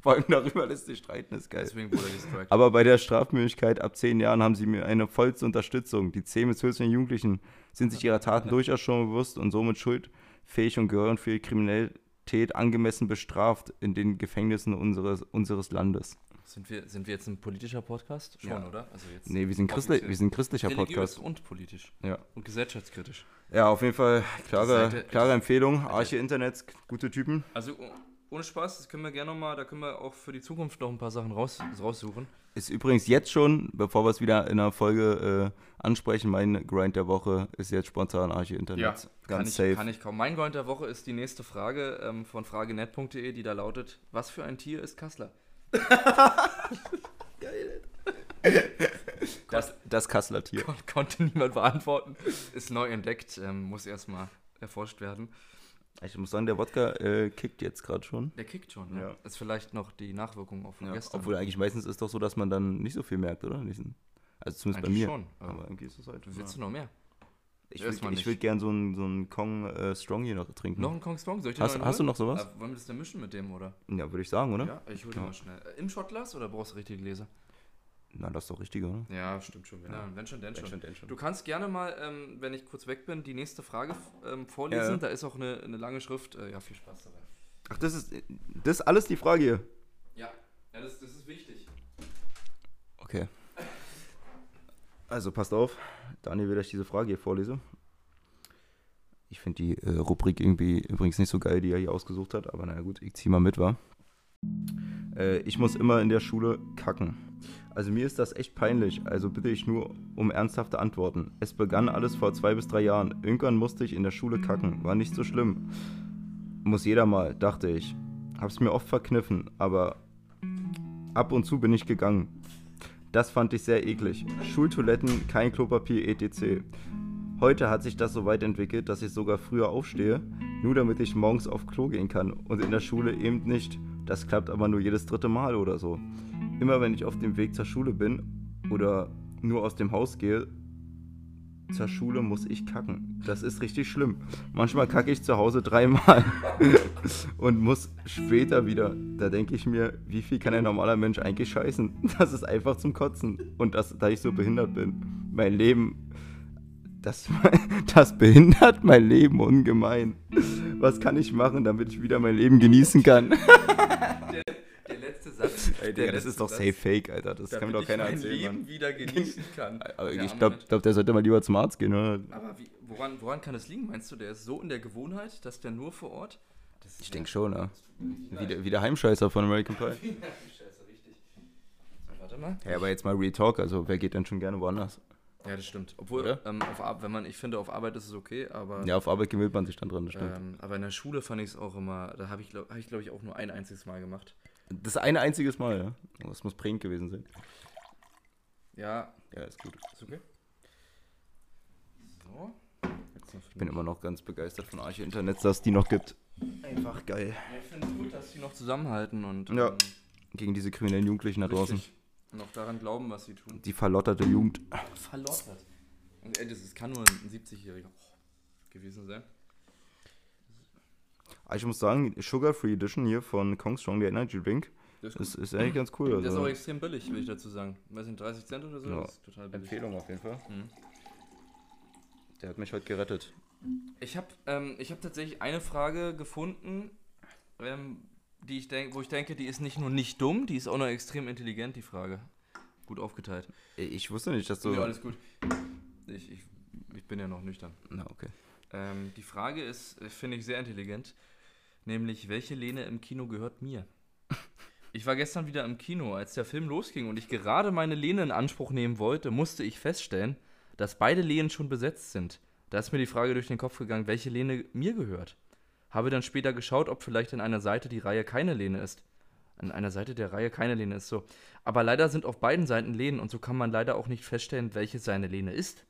Speaker 1: Vor allem darüber lässt sich streiten, ist geil.
Speaker 2: Deswegen wurde er gestrikt.
Speaker 1: Aber bei der Strafmündigkeit ab zehn Jahren haben sie mir eine vollste Unterstützung. Die 10 bis 14 Jugendlichen sind sich ihrer Taten durchaus schon bewusst und somit schuldfähig und gehören für ihre Kriminalität angemessen bestraft in den Gefängnissen unseres, unseres Landes.
Speaker 2: Sind wir, sind wir jetzt ein politischer Podcast? Schon,
Speaker 1: Ja.
Speaker 2: oder? Also jetzt
Speaker 1: Nee, wir sind, christli
Speaker 2: offiziell.
Speaker 1: wir sind christlicher
Speaker 2: religiös
Speaker 1: Podcast.
Speaker 2: und politisch.
Speaker 1: Ja.
Speaker 2: Und gesellschaftskritisch.
Speaker 1: ja, auf jeden Fall
Speaker 2: Die
Speaker 1: klare,
Speaker 2: Seite-
Speaker 1: klare Empfehlung. Arche Internets, gute Typen.
Speaker 2: Also oh- ohne Spaß, das können wir gerne nochmal, da können wir auch für die Zukunft noch ein paar Sachen raus, raussuchen.
Speaker 1: Ist übrigens jetzt schon, bevor wir es wieder in einer Folge äh, ansprechen, mein Grind der Woche ist jetzt spontan Arche Internets.
Speaker 2: kann ich,
Speaker 1: Ganz safe.
Speaker 2: kann ich kaum. Mein Gold der Woche ist die nächste Frage ähm, von fragenet.de, die da lautet, was für ein Tier ist Kassler? [laughs] Geil. Das
Speaker 1: Das Kasseler Tier.
Speaker 2: kon konnte niemand beantworten. Ist neu entdeckt, ähm, muss erstmal erforscht werden.
Speaker 1: Ich muss sagen, der Wodka äh, kickt jetzt gerade schon.
Speaker 2: Der kickt schon, ne?
Speaker 1: Ja.
Speaker 2: Ist vielleicht noch die Nachwirkung auch von gestern.
Speaker 1: Obwohl eigentlich meistens ist doch so, dass man dann nicht so viel merkt, oder? Nicht? Also zumindest bei mir.
Speaker 2: schon. Aber
Speaker 1: Aber irgendwie ist es halt heute.
Speaker 2: willst du noch mehr?
Speaker 1: Ich
Speaker 2: erst mal
Speaker 1: würde
Speaker 2: nicht.
Speaker 1: würd gern so einen so einen Kong äh, Strong hier noch trinken.
Speaker 2: Noch ein Kong Strong? Soll ich den
Speaker 1: hast,
Speaker 2: neuen
Speaker 1: hast du
Speaker 2: holen?
Speaker 1: noch sowas?
Speaker 2: Äh, wollen wir das denn mischen mit dem, oder?
Speaker 1: Ja, würde ich sagen, oder?
Speaker 2: Ja, ich hole den mal schnell. Äh, Im Schottglas oder brauchst du richtige Gläser?
Speaker 1: Na, das ist doch richtig, oder?
Speaker 2: Ja, stimmt schon. Wenn,
Speaker 1: Ja.
Speaker 2: dann- wenn schon, denn
Speaker 1: Wenn
Speaker 2: schon.
Speaker 1: schon, denn schon.
Speaker 2: Du kannst gerne mal, ähm, wenn ich kurz weg bin, die nächste Frage ähm, vorlesen.
Speaker 1: Ja.
Speaker 2: Da ist auch eine, eine lange Schrift. Äh, ja, viel Spaß dabei.
Speaker 1: Ach, das ist, das ist alles die Frage hier.
Speaker 2: Ja, ja das, das ist wichtig.
Speaker 1: Okay. Also passt auf, Daniel will euch diese Frage hier vorlesen. Ich finde die äh, Rubrik irgendwie übrigens nicht so geil, die er hier ausgesucht hat, aber naja gut, ich zieh mal mit, wa? Äh, ich muss immer in der Schule kacken. Also mir ist das echt peinlich, also bitte ich nur um ernsthafte Antworten. Es begann alles vor zwei bis drei Jahren. Irgendwann musste ich in der Schule kacken, war nicht so schlimm. Muss jeder mal, dachte ich. Hab's mir oft verkniffen, aber ab und zu bin ich gegangen. Das fand ich sehr eklig. Schultoiletten, kein Klopapier, etc. Heute hat sich das so weit entwickelt, dass ich sogar früher aufstehe, nur damit ich morgens auf Klo gehen kann und in der Schule eben nicht. Das klappt aber nur jedes dritte Mal oder so. Immer wenn ich auf dem Weg zur Schule bin oder nur aus dem Haus gehe, zur Schule muss ich kacken. Das ist richtig schlimm. Manchmal kacke ich zu Hause dreimal und muss später wieder. Da denke ich mir, wie viel kann ein normaler Mensch eigentlich scheißen? [laughs] Das ist einfach zum Kotzen. Und das, da ich so behindert bin. Mein Leben. Das, [laughs] das behindert mein Leben ungemein. Was kann ich machen, damit ich wieder mein Leben genießen
Speaker 2: [laughs]
Speaker 1: kann?
Speaker 2: Der
Speaker 1: [laughs]
Speaker 2: letzte Satz. der letzte Satz,
Speaker 1: fake, Alter. Das
Speaker 2: damit ich mein Leben wieder genießen
Speaker 1: [laughs]
Speaker 2: kann.
Speaker 1: Aber
Speaker 2: Ja,
Speaker 1: Also, ich glaube,
Speaker 2: Moment.
Speaker 1: glaub, der sollte mal lieber zum Arzt gehen, oder?
Speaker 2: Aber wie, woran, woran kann es liegen? Meinst du, der ist so in der Gewohnheit, dass der nur vor Ort? Das
Speaker 1: Ich denke schon, ja. Wie der, wie der Heimscheißer von American Pie.
Speaker 2: Scheiße, richtig. So, warte mal.
Speaker 1: Ja, aber jetzt mal Real Talk, also wer geht denn schon gerne woanders?
Speaker 2: Ja, das stimmt. Obwohl,
Speaker 1: Oder?
Speaker 2: ähm, auf, Ar- wenn man, ich finde, auf Arbeit ist es okay, aber,
Speaker 1: Ja, auf Arbeit gewöhnt man sich dann dran, das stimmt.
Speaker 2: ähm, aber in der Schule fand ich es auch immer, da habe ich, glaube hab ich, glaub ich, auch nur ein einziges Mal gemacht.
Speaker 1: Das eine einziges Mal, ja. Aber Das muss prägend gewesen sein.
Speaker 2: Ja,
Speaker 1: Ja, ist gut.
Speaker 2: ist okay. So. Jetzt noch
Speaker 1: Ich bin immer noch ganz begeistert von Arche Internet, dass die noch gibt. Einfach geil.
Speaker 2: ich finde es gut, dass sie noch zusammenhalten und ähm,
Speaker 1: Ja. Gegen diese kriminellen Jugendlichen da draußen.
Speaker 2: richtig noch daran glauben, was sie tun.
Speaker 1: Die verlotterte Jugend.
Speaker 2: Verlottert. Und ey, das, das kann nur ein 70-Jähriger gewesen sein.
Speaker 1: Aber ich muss sagen, die Sugar Free Edition hier von Kongstrong, der Energy Drink,
Speaker 2: Das ist,
Speaker 1: ist, ist eigentlich ganz cool.
Speaker 2: gut. Der ist auch
Speaker 1: Also.
Speaker 2: extrem billig, will ich dazu sagen. Weiß nicht, 30 Cent oder so?
Speaker 1: Ja.
Speaker 2: Das ist total billig.
Speaker 1: auf jeden Fall.
Speaker 2: Mhm.
Speaker 1: Der hat mich heute gerettet.
Speaker 2: Ich habe ähm, ich hab tatsächlich eine Frage gefunden, ähm, die ich denk, wo ich denke, die ist nicht nur nicht dumm, die ist auch noch extrem intelligent, die Frage. Gut aufgeteilt.
Speaker 1: Ich wusste nicht, dass du.
Speaker 2: Ja, alles gut. Ich, ich, ich bin ja noch nüchtern.
Speaker 1: Na, okay.
Speaker 2: Ähm, die Frage ist, äh, finde ich sehr intelligent, nämlich welche Lene im Kino gehört mir? Ich war gestern wieder im Kino, als der Film losging und ich gerade meine Lene in Anspruch nehmen wollte, musste ich feststellen, dass beide Lehnen schon besetzt sind. Da ist mir die Frage durch den Kopf gegangen, welche Lene mir gehört. Habe dann später geschaut, ob vielleicht an einer Seite die Reihe keine Lehne ist. An einer Seite der Reihe keine Lehne ist so. Aber leider sind auf beiden Seiten Lehnen und so kann man leider auch nicht feststellen, welche seine Lehne ist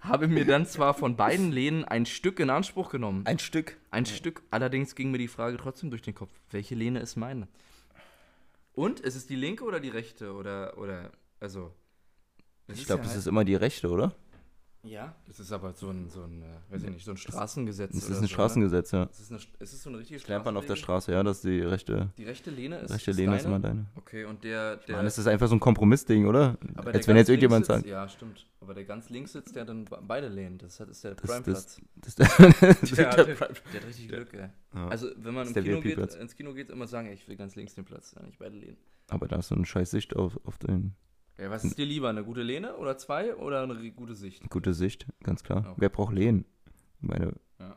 Speaker 2: habe mir dann zwar von beiden Lehnen ein Stück in Anspruch genommen.
Speaker 1: Ein Stück.
Speaker 2: Ein Stück. Allerdings ging mir die Frage trotzdem durch den Kopf, welche Lehne ist meine? Und ist es die linke oder die rechte oder oder also
Speaker 1: Ich glaube,
Speaker 2: halt
Speaker 1: das ist immer die rechte, oder?
Speaker 2: ja. Das ist aber so ein so ein äh, weiß ich nicht so ein Straßengesetz.
Speaker 1: Das
Speaker 2: oder
Speaker 1: ist ein
Speaker 2: so,
Speaker 1: Straßengesetz, ja.
Speaker 2: oder? Es ist, eine, es ist so eine richtige
Speaker 1: Lernt man auf der
Speaker 2: Straßenlehne.
Speaker 1: Straße, ja, dass die rechte,
Speaker 2: Die rechte Lehne ist,
Speaker 1: rechte
Speaker 2: ist
Speaker 1: Lehne ist
Speaker 2: deine?
Speaker 1: immer deine.
Speaker 2: Okay und der der
Speaker 1: Mann, das ist einfach so ein Kompromissding, oder? Als wenn jetzt irgendjemand
Speaker 2: sitzt,
Speaker 1: sagt.
Speaker 2: ja stimmt. Aber der ganz links sitzt der hat dann be- beide Lehnen. Das hat- ist der
Speaker 1: Das,
Speaker 2: Primeplatz.
Speaker 1: [laughs] das, das, das
Speaker 2: Der, hat- der hat richtig Glück, ey.
Speaker 1: Ja.
Speaker 2: Also, wenn man
Speaker 1: Das ist
Speaker 2: im
Speaker 1: der
Speaker 2: Kino geht,
Speaker 1: VIP-Platz.
Speaker 2: ins Kino geht, immer sagen, ey, ich will ganz links den Platz, ja, nicht beide Lehnen.
Speaker 1: Aber da hast du eine scheiß Sicht auf, auf den
Speaker 2: Ja, was ist dir lieber, eine gute Lehne oder zwei oder eine ri-
Speaker 1: [laughs]
Speaker 2: gute Sicht?
Speaker 1: gute Sicht, ganz klar.
Speaker 2: Ja.
Speaker 1: Wer braucht Lehnen? Ich meine,
Speaker 2: Ja.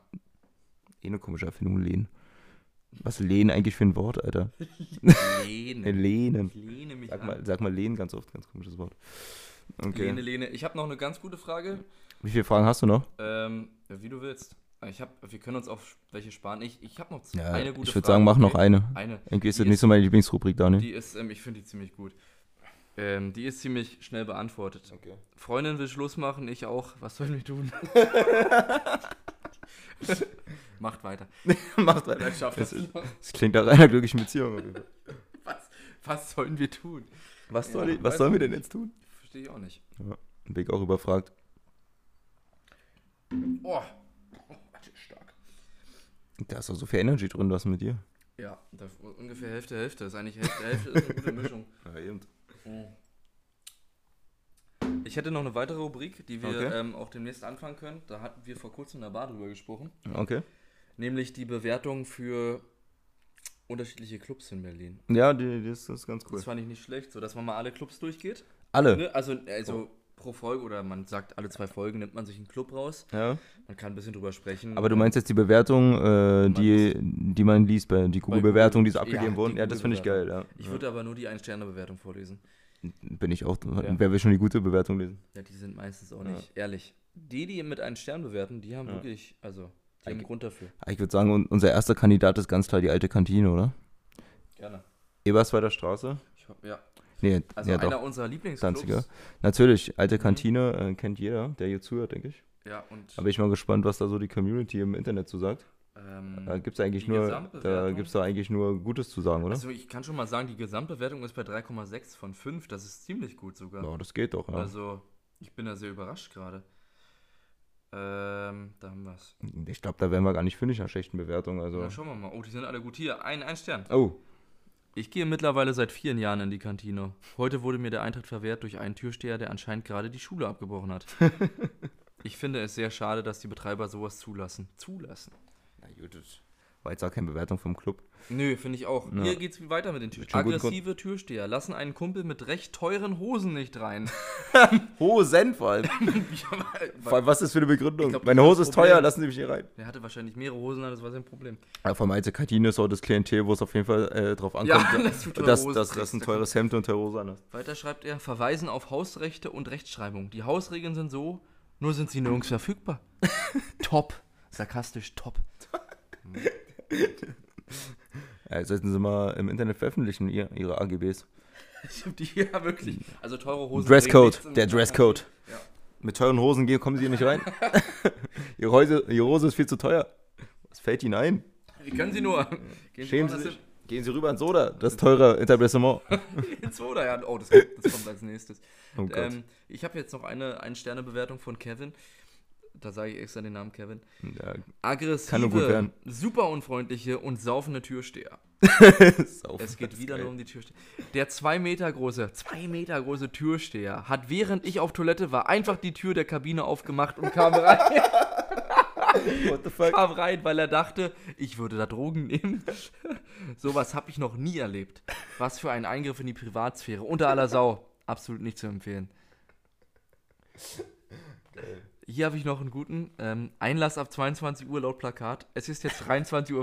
Speaker 1: eh eine komische Erfindung, Lehnen. Was ist Lehnen eigentlich für ein Wort, Alter? Äh,
Speaker 2: Lehne.
Speaker 1: Lehnen.
Speaker 2: Ich lehne mich
Speaker 1: Sag
Speaker 2: an.
Speaker 1: mal, sag mal Lehnen ganz oft, ganz komisches Wort. Okay.
Speaker 2: Lehne, Lehne. Ich habe noch eine ganz gute Frage,
Speaker 1: Wie viele Fragen hast du noch?
Speaker 2: ähm, wie du willst. Ich hab, wir können uns auf welche sparen. Ich, ich habe noch z- eine gute
Speaker 1: ich würde
Speaker 2: Frage,
Speaker 1: sagen, mach noch
Speaker 2: okay?
Speaker 1: eine.
Speaker 2: eine.
Speaker 1: Irgendwie ist
Speaker 2: Die
Speaker 1: das nicht so meine Lieblingsrubrik, Daniel.
Speaker 2: Die ist, ähm, ich finde die ziemlich gut. Ähm, die ist ziemlich schnell beantwortet.
Speaker 1: Okay.
Speaker 2: Freundin will Schluss machen, ich auch. Was sollen
Speaker 1: [laughs]
Speaker 2: wir tun? Macht weiter.
Speaker 1: [laughs] Macht weiter.
Speaker 2: Vielleicht schafft
Speaker 1: Das
Speaker 2: das noch.
Speaker 1: Das klingt nach einer glücklichen Beziehung.
Speaker 2: Was, was sollen wir tun?
Speaker 1: Was,
Speaker 2: soll ich-
Speaker 1: was sollen wir denn jetzt tun?
Speaker 2: Verstehe ich auch nicht.
Speaker 1: Big auch überfragt.
Speaker 2: Oh, oh das ist stark.
Speaker 1: Da ist doch so viel Energy drin, was mit dir? [laughs]
Speaker 2: Ja, da, ungefähr Hälfte, Hälfte. Ist eigentlich Hälfte, Hälfte ist eine gute Mischung.
Speaker 1: Ja, eben.
Speaker 2: Mhm. Ich hätte noch eine weitere Rubrik, die wir
Speaker 1: Okay.
Speaker 2: ähm, auch demnächst anfangen können. Da hatten wir vor kurzem in der Bar drüber gesprochen.
Speaker 1: Okay.
Speaker 2: Nämlich die Bewertung für unterschiedliche Clubs in Berlin.
Speaker 1: Ja, die, die ist, das ist ganz cool.
Speaker 2: Das fand ich nicht schlecht, so dass man mal alle Clubs durchgeht.
Speaker 1: Alle.
Speaker 2: Ne? Also, also pro Folge oder man sagt alle zwei Folgen nimmt man sich einen Club raus.
Speaker 1: Ja.
Speaker 2: Man kann ein bisschen drüber sprechen.
Speaker 1: Aber du meinst jetzt die Bewertung, äh, die, die man liest, bei die Google-Bewertung, die so
Speaker 2: Google.
Speaker 1: abgegeben
Speaker 2: Ja,
Speaker 1: wurden?
Speaker 2: die
Speaker 1: Ja, das finde ich geil, ja.
Speaker 2: ich würde aber nur die Ein-Sterne-Bewertung vorlesen.
Speaker 1: Bin ich auch. Wer will schon die gute Bewertung lesen?
Speaker 2: Ja, die sind meistens auch nicht ehrlich. Die, die mit einem Stern bewerten, die haben wirklich, also, die haben einen Grund dafür.
Speaker 1: Ah, Ich würde sagen, un- unser erster Kandidat ist ganz klar die alte Kantine, oder?
Speaker 2: Gerne.
Speaker 1: Eberswalder Straße?
Speaker 2: Ich hab, ja.
Speaker 1: Nee,
Speaker 2: Also
Speaker 1: ja
Speaker 2: einer Mhm.
Speaker 1: doch.
Speaker 2: unserer Lieblingsclubs.
Speaker 1: Danziger. Natürlich, alte Kantine äh, kennt jeder, der hier zuhört, denke ich.
Speaker 2: Ja, und
Speaker 1: Da bin ich mal gespannt, was da so die Community im Internet zu sagt.
Speaker 2: ähm,
Speaker 1: Da gibt es eigentlich
Speaker 2: Die
Speaker 1: nur, da
Speaker 2: Gesamtbewertung?
Speaker 1: gibt's da eigentlich nur Gutes zu sagen, oder?
Speaker 2: also ich kann schon mal sagen, die Gesamtbewertung ist bei 3,6 von 5. Das ist ziemlich gut sogar.
Speaker 1: ja, das geht doch. Ja.
Speaker 2: Also, ich bin da sehr überrascht gerade. Ähm, da haben wir's.
Speaker 1: ich glaube, da wären wir gar nicht fündig nach schlechten Bewertungen. Also.
Speaker 2: Na, schauen wir mal. Oh, die sind alle gut hier. Ein, ein Stern.
Speaker 1: Oh,
Speaker 2: Ich gehe mittlerweile seit vielen Jahren in die Kantine. Heute wurde mir der Eintritt verwehrt durch einen Türsteher, der anscheinend gerade die Schule abgebrochen [laughs] hat. ich finde es sehr schade, dass die Betreiber sowas zulassen. Zulassen?
Speaker 1: Na gut, das war jetzt auch keine Bewertung vom Club.
Speaker 2: Nö, finde ich auch.
Speaker 1: Ja.
Speaker 2: Hier geht's wie weiter mit den Türstehern.
Speaker 1: Schon guten Grund.
Speaker 2: Aggressive Türsteher lassen einen Kumpel mit recht teuren Hosen nicht rein.
Speaker 1: [laughs]
Speaker 2: [laughs]
Speaker 1: Hosen vor allem. [laughs] vor allem, was ist für eine Begründung?
Speaker 2: Ich glaub,
Speaker 1: Meine
Speaker 2: das
Speaker 1: Hose ist
Speaker 2: Problem-
Speaker 1: teuer, lassen Sie mich hier rein.
Speaker 2: der hatte wahrscheinlich mehrere Hosen an, das war sein Problem.
Speaker 1: Ja, vor allem alte Kantine ist auch das Klientel, wo es auf jeden Fall äh, drauf ankommt,
Speaker 2: [laughs] Ja, dass
Speaker 1: dass,
Speaker 2: du teure
Speaker 1: dass,
Speaker 2: Hosen
Speaker 1: dass,
Speaker 2: trägst,
Speaker 1: ein
Speaker 2: da
Speaker 1: teures Hemd und teure Hose an hast.
Speaker 2: Weiter schreibt er, verweisen auf Hausrechte und Rechtschreibung. Die Hausregeln sind so, nur sind sie nirgends verfügbar.
Speaker 1: [laughs]
Speaker 2: top. Sarkastisch top.
Speaker 1: Ja, sollten Sie mal im Internet veröffentlichen, ihr, Ihre AGBs.
Speaker 2: [laughs] Die, ja, wirklich. Also teure Hosen. bringen
Speaker 1: Dresscode,
Speaker 2: nichts
Speaker 1: der
Speaker 2: im-
Speaker 1: Dresscode.
Speaker 2: Ja.
Speaker 1: Mit teuren Hosen gehen- kommen Sie hier nicht
Speaker 2: [laughs]
Speaker 1: rein. [laughs] ihre, Hose, ihre Hose ist viel zu teuer. Was fällt Ihnen ein?
Speaker 2: Wie können sie nur? [laughs] Gehen
Speaker 1: Schämen
Speaker 2: woanders
Speaker 1: Sie sich.
Speaker 2: hin?
Speaker 1: Gehen Sie rüber ins Soda, das teure Etablissement.
Speaker 2: [laughs] Ins Soda, ja. Oh, das kommt, das kommt als nächstes.
Speaker 1: [laughs] Oh Gott.
Speaker 2: ähm, ich habe jetzt noch eine, eine Sternebewertung von Kevin. Da sage ich extra den Namen Kevin.
Speaker 1: ja,
Speaker 2: Aggressive,
Speaker 1: gut werden.
Speaker 2: super unfreundliche und saufende Türsteher.
Speaker 1: saufen,
Speaker 2: Es geht
Speaker 1: das ist
Speaker 2: wieder
Speaker 1: geil. [laughs]
Speaker 2: nur um die Türsteher. Der zwei Meter große, zwei Meter große Türsteher hat, während ich auf Toilette war, einfach die Tür der Kabine aufgemacht und kam rein, um
Speaker 1: What the fuck?
Speaker 2: kam rein weil er dachte, ich würde da Drogen nehmen. [laughs] Sowas habe ich noch nie erlebt. Was für ein Eingriff in die Privatsphäre. Unter aller Sau. Absolut nicht zu empfehlen. Hier habe ich noch einen guten ähm, Einlass ab 22 Uhr laut Plakat. Es ist jetzt 23.35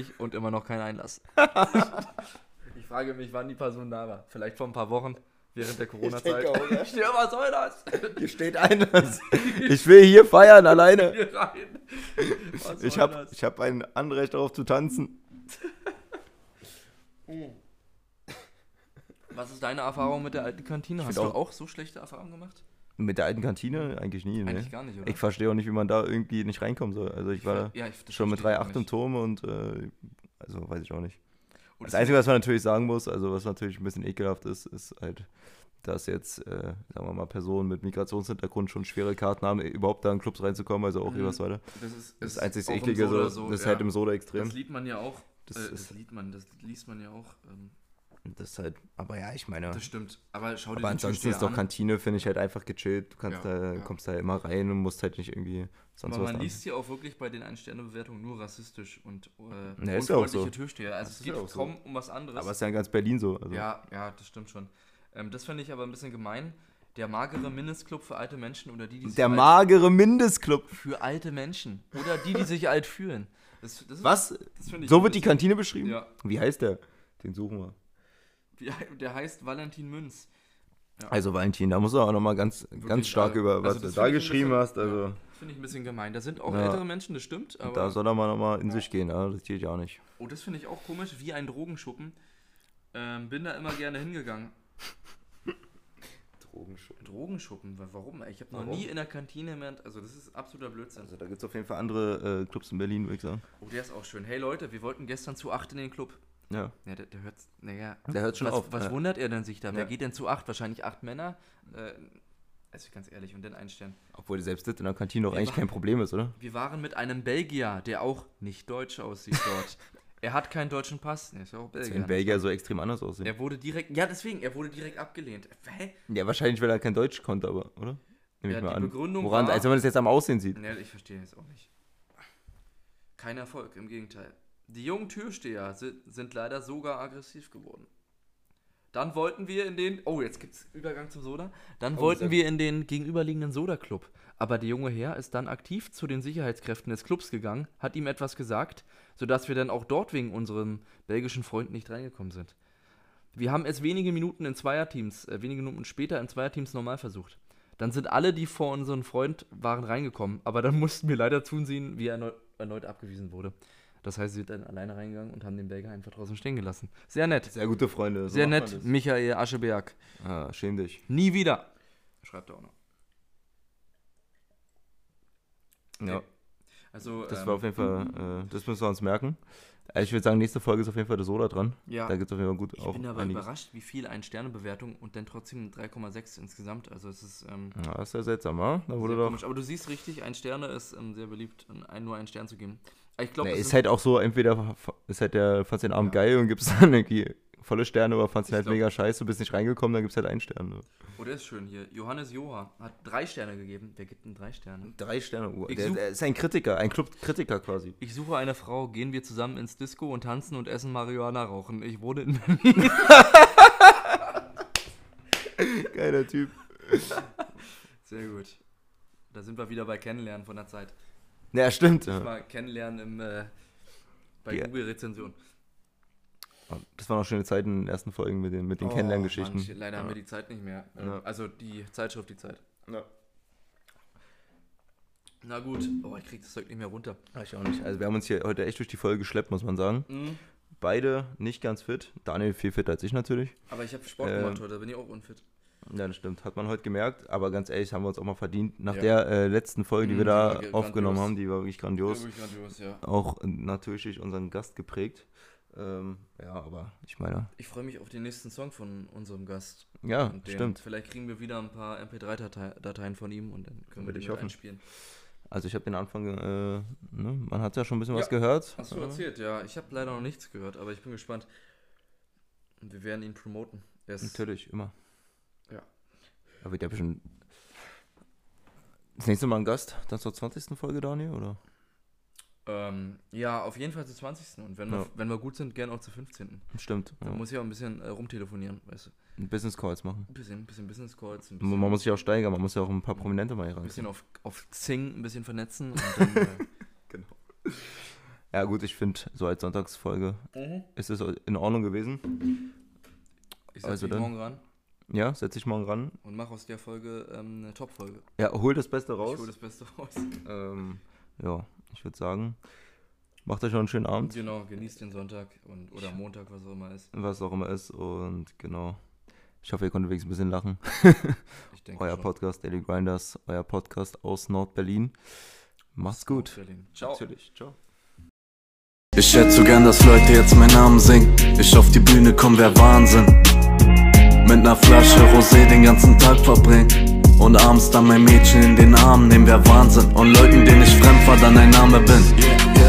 Speaker 2: Uhr und immer noch kein Einlass. [laughs] ich frage mich, wann die Person da war. Vielleicht vor ein paar Wochen während der Corona-Zeit.
Speaker 1: denke auch, ja.
Speaker 2: [laughs] Ich stehe, was soll das?
Speaker 1: Hier steht einer. [laughs] Ich will hier feiern
Speaker 2: [laughs]
Speaker 1: alleine.
Speaker 2: [laughs] Hier rein. Was
Speaker 1: Ich
Speaker 2: soll
Speaker 1: habe
Speaker 2: das?
Speaker 1: ich hab ein Anrecht darauf zu tanzen.
Speaker 2: Was ist deine Erfahrung mit der alten Kantine? Hast du
Speaker 1: find auch-
Speaker 2: auch so schlechte Erfahrungen gemacht?
Speaker 1: Mit der alten Kantine eigentlich nie. Ne?
Speaker 2: Eigentlich gar nicht, oder?
Speaker 1: Ich verstehe auch nicht, wie man da irgendwie nicht reinkommen soll. Also ich war da
Speaker 2: ja, ich- das
Speaker 1: schon mit
Speaker 2: verstehe ich
Speaker 1: 3,8 im
Speaker 2: nicht.
Speaker 1: Turm und äh, also weiß ich auch nicht.
Speaker 2: Und
Speaker 1: Das
Speaker 2: das-
Speaker 1: Einzige, was man natürlich sagen muss, also was natürlich ein bisschen ekelhaft ist, ist halt, dass jetzt, äh, sagen wir mal, Personen mit Migrationshintergrund schon schwere Karten haben, überhaupt da in Clubs reinzukommen, also auch
Speaker 2: Mhm.
Speaker 1: mhm. Eberswalde.
Speaker 2: Das ist
Speaker 1: Das,
Speaker 2: es
Speaker 1: das einzige
Speaker 2: auch im
Speaker 1: Eklige,
Speaker 2: Soda
Speaker 1: so, das ist
Speaker 2: ja.
Speaker 1: halt im Soda extrem.
Speaker 2: Das liest man ja auch.
Speaker 1: Das
Speaker 2: äh,
Speaker 1: ist-
Speaker 2: das liest man, das liest man ja auch. Ähm,
Speaker 1: Das ist halt, aber ja, ich meine,
Speaker 2: Das stimmt. Aber schau dir
Speaker 1: Aber
Speaker 2: den
Speaker 1: ansonsten
Speaker 2: Türsteher
Speaker 1: ist doch
Speaker 2: an.
Speaker 1: Kantine, finde ich halt einfach gechillt. Du kannst
Speaker 2: Ja,
Speaker 1: da,
Speaker 2: ja.
Speaker 1: kommst da immer rein und musst halt nicht irgendwie sonst
Speaker 2: Aber
Speaker 1: was
Speaker 2: man
Speaker 1: an.
Speaker 2: liest hier auch wirklich bei den Ein-Sterne-Bewertungen nur rassistisch und äh,
Speaker 1: Ja, ist ja auch
Speaker 2: unfreundliche
Speaker 1: so.
Speaker 2: Türsteher. Also es
Speaker 1: ist ja
Speaker 2: geht
Speaker 1: auch so.
Speaker 2: kaum um was anderes.
Speaker 1: Aber es ist ja in ganz Berlin so. Also.
Speaker 2: ja, ja, das stimmt schon. Ähm, das finde ich aber ein bisschen gemein. Der magere Mindestclub für alte Menschen oder die, die sich
Speaker 1: Der
Speaker 2: alt-
Speaker 1: magere Mindestclub.
Speaker 2: für alte Menschen oder die, die sich alt fühlen. Das, das ist,
Speaker 1: Was?
Speaker 2: Das finde ich
Speaker 1: So wird die
Speaker 2: ein
Speaker 1: Kantine beschrieben?
Speaker 2: Ja.
Speaker 1: Wie heißt der? Den suchen wir.
Speaker 2: bisschen- Der heißt Valentin Münz.
Speaker 1: Also Valentin, da muss er auch nochmal ganz, ganz stark
Speaker 2: also-
Speaker 1: über, was
Speaker 2: also das
Speaker 1: du da
Speaker 2: finde ich ein
Speaker 1: geschrieben
Speaker 2: bisschen-
Speaker 1: hast. Also
Speaker 2: Finde ich ein bisschen gemein. Da sind auch
Speaker 1: Ja.
Speaker 2: ältere Menschen, das stimmt. Aber
Speaker 1: da soll er mal nochmal in sich gehen. Ja, das geht ja auch nicht.
Speaker 2: Oh, das finde ich auch komisch, wie ein Drogenschuppen. Ähm, bin da immer gerne hingegangen.
Speaker 1: Drogenschuppen.
Speaker 2: Drogenschuppen, wa- warum? Ich habe noch
Speaker 1: Warum?
Speaker 2: nie in der Kantine mehr. Also, das ist absoluter Blödsinn.
Speaker 1: Also da gibt es auf jeden Fall andere äh, Clubs in Berlin, würde ich sagen.
Speaker 2: Oh, der ist auch schön. Hey Leute, wir wollten gestern zu 8 in den Club.
Speaker 1: Ja.
Speaker 2: Ja, der, der hört's. Naja,
Speaker 1: Der hört schon
Speaker 2: was,
Speaker 1: auf,
Speaker 2: Was
Speaker 1: ja.
Speaker 2: wundert er denn sich da? Wer
Speaker 1: Ja.
Speaker 2: geht denn zu 8? Wahrscheinlich 8 Männer. Äh, also, ganz ehrlich, und dann ein Stern.
Speaker 1: Obwohl selbst das in der Kantine doch
Speaker 2: Wir
Speaker 1: eigentlich
Speaker 2: machen-
Speaker 1: kein Problem ist, oder?
Speaker 2: Wir waren mit einem Belgier, der auch nicht deutsch aussieht dort. Er hat keinen deutschen Pass. Nee, ist ja auch
Speaker 1: Als
Speaker 2: Belgier.
Speaker 1: wenn Belgier so extrem anders aussehen.
Speaker 2: Er wurde direkt, ja deswegen, er wurde direkt abgelehnt. Hä?
Speaker 1: Ja. wahrscheinlich, weil er kein Deutsch konnte, aber, oder? Nehme
Speaker 2: Ja,
Speaker 1: ich mal
Speaker 2: die
Speaker 1: an.
Speaker 2: Begründung
Speaker 1: Woran,
Speaker 2: war-
Speaker 1: als wenn man das jetzt am Aussehen sieht.
Speaker 2: Ne, ich verstehe jetzt auch nicht. Kein Erfolg, im Gegenteil. Die jungen Türsteher si- sind leider sogar aggressiv geworden. Dann wollten wir in den, oh jetzt gibt's Übergang zum Soda. Dann wollten
Speaker 1: sehr
Speaker 2: wir in den gegenüberliegenden Soda Club. Aber der junge Herr ist dann aktiv zu den Sicherheitskräften des Clubs gegangen, hat ihm etwas gesagt, sodass wir dann auch dort wegen unserem belgischen Freund nicht reingekommen sind. Wir haben es wenige Minuten in Zweierteams, äh, wenige Minuten später in Zweierteams normal versucht. Dann sind alle, die vor unserem Freund waren, reingekommen. Aber dann mussten wir leider zusehen, wie er erneut, erneut abgewiesen wurde. Das heißt, sie sind dann alleine reingegangen und haben den Belgier einfach draußen stehen gelassen. Sehr nett.
Speaker 1: Sehr gute Freunde. so
Speaker 2: Sehr
Speaker 1: macht
Speaker 2: nett,
Speaker 1: man
Speaker 2: Michael Ascheberg.
Speaker 1: das. Ah, schäm dich.
Speaker 2: Nie wieder. Schreibt er auch noch.
Speaker 1: Ja,
Speaker 2: Nee. Also,
Speaker 1: das
Speaker 2: ähm,
Speaker 1: war auf jeden Fall, äh, das müssen wir uns merken. Also ich würde sagen, nächste Folge ist auf jeden Fall der Soda dran.
Speaker 2: ja,
Speaker 1: Da gibt es auf jeden Fall gut
Speaker 2: ich bin aber
Speaker 1: einiges.
Speaker 2: überrascht, wie viel eine Sternebewertung und dann trotzdem 3,6 insgesamt. Also, es ist. Ähm,
Speaker 1: Ja, das ist ja seltsam, wa? Da wurde
Speaker 2: Sehr
Speaker 1: doch.
Speaker 2: komisch. Aber du siehst richtig, ein Sterne ist ähm, sehr beliebt, ein- ein, nur einen Stern zu geben. Aber Ich glaube,
Speaker 1: Nee,
Speaker 2: es
Speaker 1: ist
Speaker 2: sind-
Speaker 1: halt auch so, entweder f- ist halt der, fandst den Abend geil und gibst [laughs] dann irgendwie volle Sterne oder fandst ihn
Speaker 2: Ich
Speaker 1: halt
Speaker 2: glaub-
Speaker 1: mega scheiße, bist nicht reingekommen, dann gibst halt einen Stern. So.
Speaker 2: oh, der ist schön hier. Johannes Joha hat drei Sterne gegeben. Wer gibt denn drei Sterne?
Speaker 1: Drei Sterne. Oh,
Speaker 2: Ich
Speaker 1: der,
Speaker 2: such-
Speaker 1: der ist ein Kritiker, ein Club-Kritiker quasi.
Speaker 2: Ich suche eine Frau, gehen wir zusammen ins Disco und tanzen und essen Marihuana rauchen. Ich wohne in Berlin.
Speaker 1: Geiler Typ.
Speaker 2: Sehr gut. Da sind wir wieder bei Kennenlernen von der Zeit.
Speaker 1: Ja, stimmt.
Speaker 2: Das
Speaker 1: Ja.
Speaker 2: war Kennenlernen im, äh, bei
Speaker 1: Ja.
Speaker 2: Google-Rezension.
Speaker 1: Das waren auch schöne Zeiten in den ersten Folgen mit den, mit
Speaker 2: Oh,
Speaker 1: den
Speaker 2: Mann,
Speaker 1: Kennenlerngeschichten.
Speaker 2: leider haben wir die Zeit nicht mehr. Ähm,
Speaker 1: Ja.
Speaker 2: Also die Zeitschrift, die Zeit.
Speaker 1: Ja.
Speaker 2: Na gut. Oh, ich krieg das Zeug nicht mehr runter.
Speaker 1: Ich auch nicht. Also wir haben uns hier heute echt durch die Folge geschleppt, muss man sagen.
Speaker 2: Mhm.
Speaker 1: Beide nicht ganz fit. Daniel viel fitter als ich natürlich.
Speaker 2: Aber ich habe Sport
Speaker 1: Ähm,
Speaker 2: gemacht heute, da bin ich auch unfit.
Speaker 1: Ja, das stimmt. Hat man heute gemerkt. Aber ganz ehrlich, haben wir uns auch mal verdient. Nach
Speaker 2: Ja.
Speaker 1: der äh, letzten Folge, die
Speaker 2: Mhm,
Speaker 1: wir
Speaker 2: die
Speaker 1: da
Speaker 2: war ge-
Speaker 1: aufgenommen
Speaker 2: grandios.
Speaker 1: haben, die war wirklich grandios.
Speaker 2: Ja, wirklich grandios, ja.
Speaker 1: auch natürlich durch unseren Gast geprägt. Ähm, ja, aber ich meine,
Speaker 2: Ich freue mich auf den nächsten Song von unserem Gast.
Speaker 1: ja,
Speaker 2: Und den-
Speaker 1: stimmt.
Speaker 2: Vielleicht kriegen wir wieder ein paar MP3-Dateien von ihm und dann können wir
Speaker 1: Würde
Speaker 2: die
Speaker 1: ich
Speaker 2: mit
Speaker 1: hoffen.
Speaker 2: einspielen.
Speaker 1: Also ich habe den Anfang, äh, ne, man hat ja schon ein bisschen was
Speaker 2: Ja,
Speaker 1: gehört.
Speaker 2: Hast du erzählt, ja. Ich habe leider noch nichts gehört, aber ich bin gespannt. Und Wir werden ihn promoten. Er ist
Speaker 1: Natürlich, immer.
Speaker 2: Ja.
Speaker 1: Da wird ja bestimmt. Das nächste Mal ein Gast, dann zur 20. Folge, Daniel, oder?
Speaker 2: ähm, ja, auf jeden Fall zu 20. Und wenn,
Speaker 1: Ja.
Speaker 2: wir, wenn wir gut sind, gerne auch zu 15.
Speaker 1: Stimmt.
Speaker 2: Da
Speaker 1: Ja.
Speaker 2: muss ich auch ein bisschen äh, rumtelefonieren, weißt du.
Speaker 1: Ein Business Calls machen.
Speaker 2: Ein bisschen, ein bisschen Business Calls, ein bisschen,
Speaker 1: Man, man muss sich auch steigern, man muss ja auch ein paar Prominente mal hier
Speaker 2: ein
Speaker 1: rein.
Speaker 2: bisschen auf, auf Xing, ein bisschen
Speaker 1: [laughs]
Speaker 2: vernetzen. Und dann,
Speaker 1: Ja gut, ich finde, so als Sonntagsfolge
Speaker 2: äh, mhm.
Speaker 1: ist es in Ordnung gewesen.
Speaker 2: Ich setze
Speaker 1: Also
Speaker 2: mich
Speaker 1: dann.
Speaker 2: morgen ran
Speaker 1: Ja, setz dich morgen ran.
Speaker 2: und mache aus der Folge ähm, eine Top-Folge.
Speaker 1: Ja, hol das Beste
Speaker 2: Ich
Speaker 1: raus.
Speaker 2: hole das Beste raus.
Speaker 1: Ähm, ja, ich würde sagen, macht euch noch einen schönen Abend,
Speaker 2: Genau, genießt den Sonntag und, oder Montag, was auch immer ist.
Speaker 1: was auch immer ist. Und genau, ich hoffe, ihr konntet wenigstens ein bisschen lachen.
Speaker 2: Ich denke
Speaker 1: Euer
Speaker 2: schon.
Speaker 1: Podcast Daily Grinders, euer Podcast aus Nord-Berlin. Macht's gut.
Speaker 2: Berlin. Ciao.
Speaker 1: Natürlich, ciao.
Speaker 3: Ich hätte so gern, dass Leute jetzt meinen Namen singen. Ich auf die Bühne komm, wär Wahnsinn. Mit ner Flasche Rosé den ganzen Tag verbringen. Und abends dann mein Mädchen in den Arm nehmen, wär Wahnsinn. Und Leuten, denen ich fremd war, dann ein Name bin.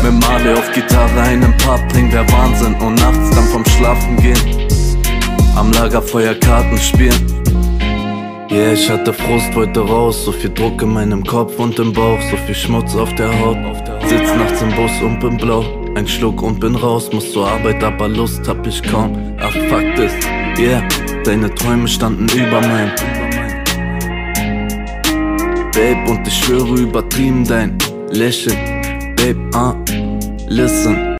Speaker 3: Mit Marley auf Gitarre einen Part bringen, wär Wahnsinn. Und nachts dann vom Schlafen gehen. Am Lagerfeuer Karten spielen. Yeah, ich hatte Frust, wollte raus. So viel Druck in meinem Kopf und im Bauch, so viel Schmutz auf der Haut. Sitz nachts im Bus und bin blau. Ein Schluck und bin raus, muss zur Arbeit, aber Lust hab ich kaum. Ach, fuck this. Yeah, deine Träume standen über mein. Babe, und ich schwöre, übertrieben dein Lächeln. Babe, ah, listen.